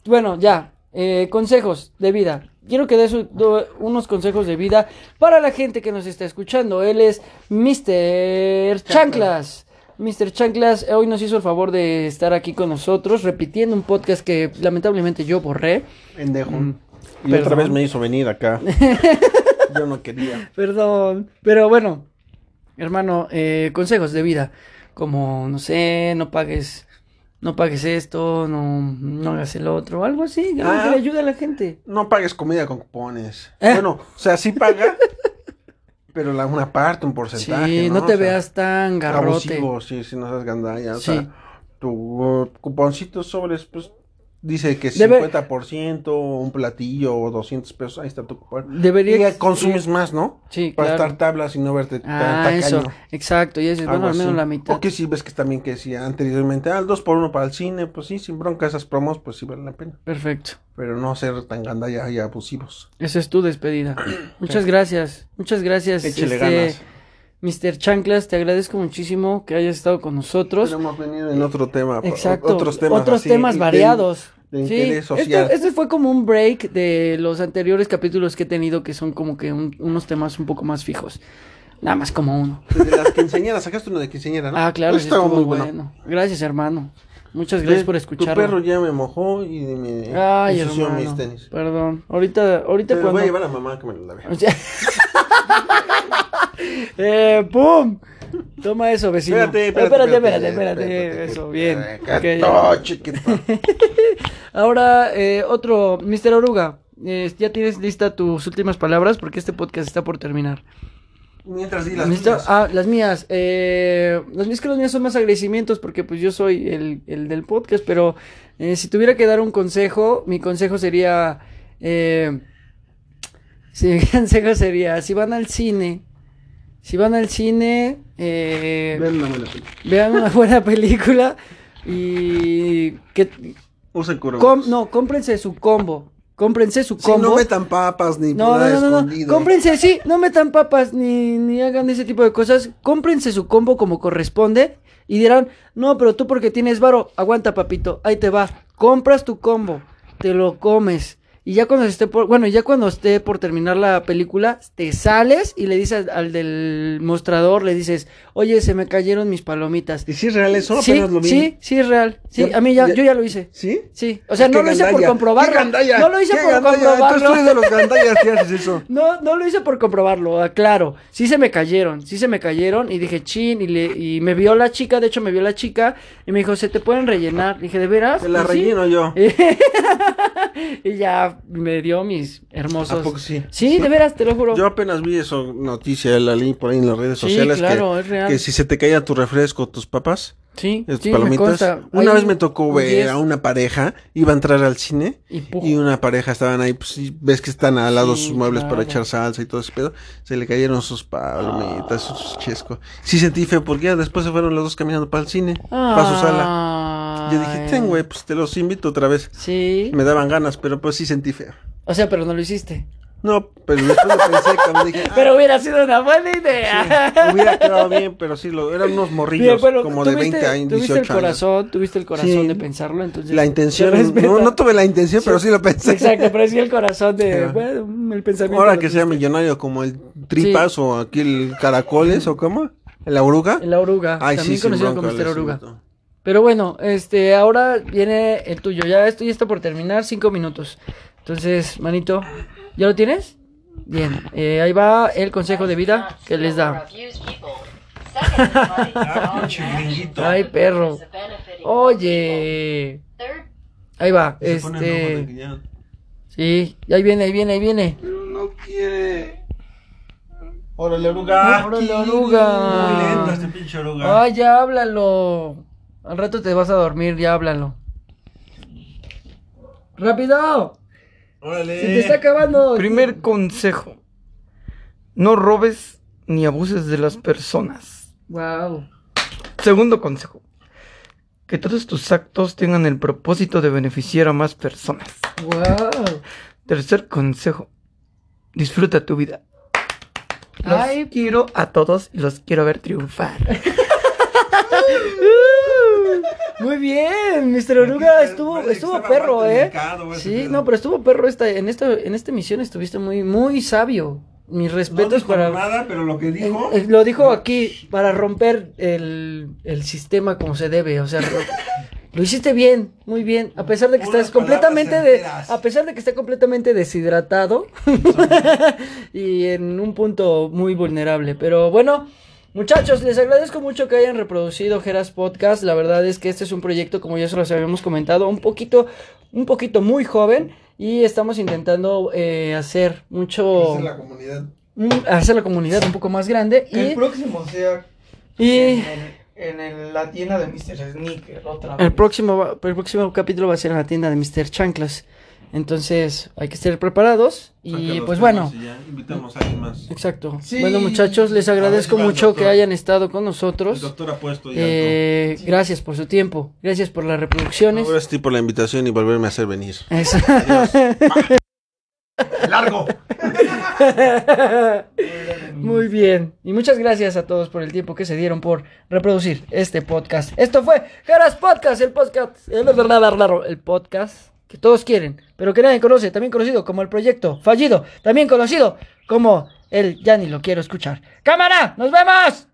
Speaker 3: bueno, ya. eh, consejos de vida. Quiero que des u- do- unos consejos de vida para la gente que nos está escuchando. Él es Mr. Chanclas. Mr. Chanclas eh, hoy nos hizo el favor de estar aquí con nosotros, repitiendo un podcast que lamentablemente yo borré.
Speaker 1: Pendejo. Y
Speaker 3: Mm, Perdón.
Speaker 1: otra vez me hizo venir acá. Yo no quería.
Speaker 3: Perdón. Pero bueno, hermano, eh, consejos de vida. Como, no sé, no pagues, no pagues esto, no, no hagas el otro, algo así, algo
Speaker 1: Ah.
Speaker 3: que le ayude a la gente.
Speaker 1: No pagues comida con cupones.
Speaker 3: ¿Eh?
Speaker 1: Bueno, o sea, sí paga, pero la, una parte, un
Speaker 3: Sí,
Speaker 1: porcentaje.
Speaker 3: no,
Speaker 1: O
Speaker 3: te
Speaker 1: sea,
Speaker 3: veas tan garrote.
Speaker 1: Abusivo, sí, sí, no seas gandalla. O
Speaker 3: Sí.
Speaker 1: sea, tu eh, cuponcito sobres, pues dice que
Speaker 3: Debe-
Speaker 1: 50%, un platillo, o 200 pesos, ahí está tu cupón.
Speaker 3: Debería
Speaker 1: Y ya
Speaker 3: ex-
Speaker 1: consumes más, ¿no?
Speaker 3: Sí,
Speaker 1: Para
Speaker 3: claro.
Speaker 1: estar tablas y no verte tan
Speaker 3: Ah,
Speaker 1: tacaño.
Speaker 3: eso, exacto, y dices,
Speaker 1: Algo
Speaker 3: bueno, al menos
Speaker 1: así.
Speaker 3: la mitad.
Speaker 1: O que sí ves que también que decía anteriormente, al 2 por 1 para el cine, pues sí, sin bronca esas promos, pues sí valen la pena.
Speaker 3: Perfecto.
Speaker 1: Pero no ser tan gandalla y abusivos.
Speaker 3: Esa es tu despedida. Muchas gracias. Muchas gracias,
Speaker 1: Échele
Speaker 3: este,
Speaker 1: ganas.
Speaker 3: Mr. Chanclas, te agradezco muchísimo que hayas estado con nosotros.
Speaker 1: Hemos venido en otro tema. Ah, pa-
Speaker 3: Exacto.
Speaker 1: Otros temas. así,
Speaker 3: temas
Speaker 1: y de-
Speaker 3: variados.
Speaker 1: de
Speaker 3: Sí,
Speaker 1: interés
Speaker 3: esto-
Speaker 1: social.
Speaker 3: Este, fue como un break de los anteriores capítulos que he tenido que son como que un- unos temas un poco más fijos. Nada más como uno.
Speaker 1: De las quinceañeras, sacaste uno de quinceañera, ¿no?
Speaker 3: Ah, claro, sí
Speaker 1: pues Estaba
Speaker 3: estuvo
Speaker 1: muy
Speaker 3: bueno.
Speaker 1: bueno.
Speaker 3: Gracias, hermano. Muchas gracias
Speaker 1: Ve,
Speaker 3: por escucharlo.
Speaker 1: Tu perro ya me mojó y me
Speaker 3: Ay,
Speaker 1: ensució
Speaker 3: hermano.
Speaker 1: mis tenis.
Speaker 3: Perdón. Ahorita, ahorita
Speaker 1: Te lo
Speaker 3: cuando.
Speaker 1: voy a llevar a mamá que me lo lave.
Speaker 3: O sea- eh, ¡Pum! Toma eso, vecino.
Speaker 1: Espérate,
Speaker 3: Eh,
Speaker 1: espérate,
Speaker 3: espérate,
Speaker 1: espérate,
Speaker 3: espérate,
Speaker 1: espérate,
Speaker 3: Eso,
Speaker 1: espérate.
Speaker 3: bien. Ok.
Speaker 1: Gato, chiquito.
Speaker 3: Ahora, eh, otro, Mr. Oruga, eh, ya tienes lista tus últimas palabras porque este podcast está por terminar.
Speaker 1: Mientras di las
Speaker 3: Mr.
Speaker 1: tuyas.
Speaker 3: Ah, las mías. eh, las mías que las mías son más agradecimientos porque pues yo soy el, el del podcast, pero eh, si tuviera que dar un consejo, mi consejo sería... eh, sí, mi consejo sería, si van al cine, si van al cine... eh,
Speaker 1: Ven una buena película.
Speaker 3: vean una buena película y que
Speaker 1: Usa el cubrebocas.
Speaker 3: Com- no, cómprense su combo. Cómprense su
Speaker 1: Sí,
Speaker 3: combo.
Speaker 1: no metan papas ni
Speaker 3: no,
Speaker 1: nada
Speaker 3: no, no, no, no.
Speaker 1: escondido. ¿eh?
Speaker 3: Cómprense, sí, no metan papas ni, ni hagan ese tipo de cosas. Cómprense su combo como corresponde y dirán, no, pero tú porque tienes varo, aguanta papito, ahí te va. Compras tu combo, te lo comes. Y ya cuando esté por, bueno, ya cuando esté por terminar la película, te sales y le dices al del mostrador, le dices, oye, se me cayeron mis palomitas.
Speaker 1: ¿Y si es real eso?
Speaker 3: sí,
Speaker 1: Apenas lo vi.
Speaker 3: sí, sí, es real. Sí,
Speaker 1: Ya-
Speaker 3: a mí ya,
Speaker 1: ya-
Speaker 3: yo ya lo hice.
Speaker 1: ¿Sí?
Speaker 3: Sí, o sea, no
Speaker 1: Qué
Speaker 3: lo hice por
Speaker 1: gandalla, qué
Speaker 3: comprobarlo.
Speaker 1: gandalla,
Speaker 3: No lo hice
Speaker 1: qué
Speaker 3: por
Speaker 1: gandalla. Entonces tú eres
Speaker 3: comprobarlo.
Speaker 1: de los gandallas que haces eso.
Speaker 3: No, no lo hice por comprobarlo, aclaro. Sí se me cayeron, sí se me cayeron y dije, chin, y, le, y me vio la chica, de hecho me vio la chica y me dijo, se te pueden rellenar. Le dije, ¿de veras?
Speaker 1: Te la
Speaker 3: Y pues sí.
Speaker 1: relleno yo.
Speaker 3: Y ya me dio mis hermosos.
Speaker 1: ¿A poco sí?
Speaker 3: Sí, de veras, te lo juro.
Speaker 1: Yo apenas vi eso, noticia, la leí por ahí en las redes
Speaker 3: Sí,
Speaker 1: sociales.
Speaker 3: claro,
Speaker 1: que,
Speaker 3: es real.
Speaker 1: que si se te caía tu refresco, tus papas,
Speaker 3: Sí,
Speaker 1: Las
Speaker 3: sí, me
Speaker 1: palomitas.
Speaker 3: consta.
Speaker 1: Una
Speaker 3: Hay
Speaker 1: vez me tocó
Speaker 3: un
Speaker 1: ver
Speaker 3: 10
Speaker 1: a una pareja, iba a entrar al cine
Speaker 3: Y, pujo.
Speaker 1: y una pareja estaban ahí, pues y ves que están al lado
Speaker 3: Sí,
Speaker 1: sus muebles para
Speaker 3: claro.
Speaker 1: echar salsa y todo ese pedo. Se le cayeron sus palomitas,
Speaker 3: Ah.
Speaker 1: sus chesco. Sí sentí feo porque ya después se fueron los dos caminando para el cine, para su sala. Yo dije,
Speaker 3: Ay.
Speaker 1: ten, güey, pues te los invito otra vez.
Speaker 3: Sí.
Speaker 1: Me daban ganas, pero pues sí sentí feo.
Speaker 3: O sea, pero no lo hiciste.
Speaker 1: No, pero después lo pensé, como dije, ah,
Speaker 3: Pero hubiera sido una buena idea.
Speaker 1: hubiera quedado bien, pero sí, lo, eran unos
Speaker 3: Mira,
Speaker 1: morrillos,
Speaker 3: pero
Speaker 1: como de
Speaker 3: tuviste-
Speaker 1: 20 años, 18
Speaker 3: Tuviste el
Speaker 1: años.
Speaker 3: corazón, tuviste el corazón
Speaker 1: Sí.
Speaker 3: de pensarlo, entonces.
Speaker 1: La
Speaker 3: te
Speaker 1: intención,
Speaker 3: respeto.
Speaker 1: no, no tuve la intención, pero sí lo pensé.
Speaker 3: Exacto, pero sí el corazón de.
Speaker 1: Sí.
Speaker 3: Bueno, el pensamiento.
Speaker 1: Ahora
Speaker 3: lo
Speaker 1: que sea
Speaker 3: tuviste.
Speaker 1: millonario como el tripas o aquí el caracoles o cómo, la oruga.
Speaker 3: La oruga.
Speaker 1: Ay, sí,
Speaker 3: también
Speaker 1: sin
Speaker 3: conocido como
Speaker 1: bronca,
Speaker 3: Mister
Speaker 1: les
Speaker 3: Oruga.
Speaker 1: invito.
Speaker 3: Pero bueno, este, ahora viene el tuyo. Ya estoy listo por terminar, cinco minutos. Entonces, manito, ¿ya lo tienes? Bien, eh, ahí va el consejo de vida que les da. Ay, perro. Oye, ahí va, este, sí, y ahí viene, ahí viene, ahí viene.
Speaker 1: No quiere. Órale, oruga.
Speaker 3: Órale, oruga.
Speaker 1: Muy lento este pinche oruga.
Speaker 3: Ay, ya háblalo. Al rato te vas a dormir, ya háblalo. Rápido,
Speaker 1: Órale.
Speaker 3: se te está acabando.
Speaker 4: Eh, Primer consejo. No robes ni abuses de las personas.
Speaker 3: Wow.
Speaker 4: Segundo consejo. Que todos tus actos tengan el propósito de beneficiar a más personas.
Speaker 3: Wow.
Speaker 4: Tercer consejo. Disfruta tu vida. Los
Speaker 3: Ay.
Speaker 4: quiero a todos y los quiero ver triunfar.
Speaker 3: Muy bien, Mr. Oruga, estuvo,
Speaker 4: pues,
Speaker 3: estuvo perro, ¿eh? Sí, no, pero estuvo perro esta, en esta, en esta misión estuviste muy, muy sabio. Mis respetos para.
Speaker 1: nada, pero lo que dijo.
Speaker 3: Eh, Lo dijo aquí, para romper el, el sistema como se debe, o sea, lo, lo hiciste bien, muy bien, a pesar de que
Speaker 1: Puras
Speaker 3: estás completamente
Speaker 1: palabras
Speaker 3: de,
Speaker 1: certeras.
Speaker 3: a pesar de que está completamente deshidratado y en un punto muy vulnerable, pero bueno. Muchachos, les agradezco mucho que hayan reproducido Geras Podcast. La verdad es que este es un proyecto, como ya se los habíamos comentado, un poquito, un poquito muy joven. Y estamos intentando eh, hacer mucho.
Speaker 1: Dice la comunidad.
Speaker 3: mm, hacer la comunidad un poco más grande. Y
Speaker 4: próximo sea
Speaker 3: y
Speaker 4: en, la tienda de Mr. Sneaker otra
Speaker 3: el próximo, va- el próximo capítulo va a ser en la tienda de Mr. Chanclas. Entonces hay que estar preparados.
Speaker 1: Saca
Speaker 3: Y
Speaker 1: los
Speaker 3: pues
Speaker 1: temas
Speaker 3: bueno,
Speaker 1: y ya, Invitamos a alguien más.
Speaker 3: exacto.
Speaker 4: Sí.
Speaker 3: Bueno muchachos, les agradezco
Speaker 1: va el
Speaker 3: mucho que
Speaker 1: doctor.
Speaker 3: hayan estado con
Speaker 1: El
Speaker 3: nosotros.
Speaker 1: doctor ha puesto ya.
Speaker 3: Eh, gracias por su tiempo, gracias por las reproducciones.
Speaker 1: Ahora sí por la invitación y volverme a hacer venir.
Speaker 3: Eso.
Speaker 1: ¡Largo!
Speaker 3: Muy bien. Y muchas gracias a todos por el tiempo que se dieron por reproducir este podcast. Esto fue Jaras Podcast, el podcast, el, el podcast que todos quieren, pero que nadie conoce, también conocido como el proyecto fallido, también conocido como el ya ni lo quiero escuchar. ¡Cámara! ¡Nos vemos!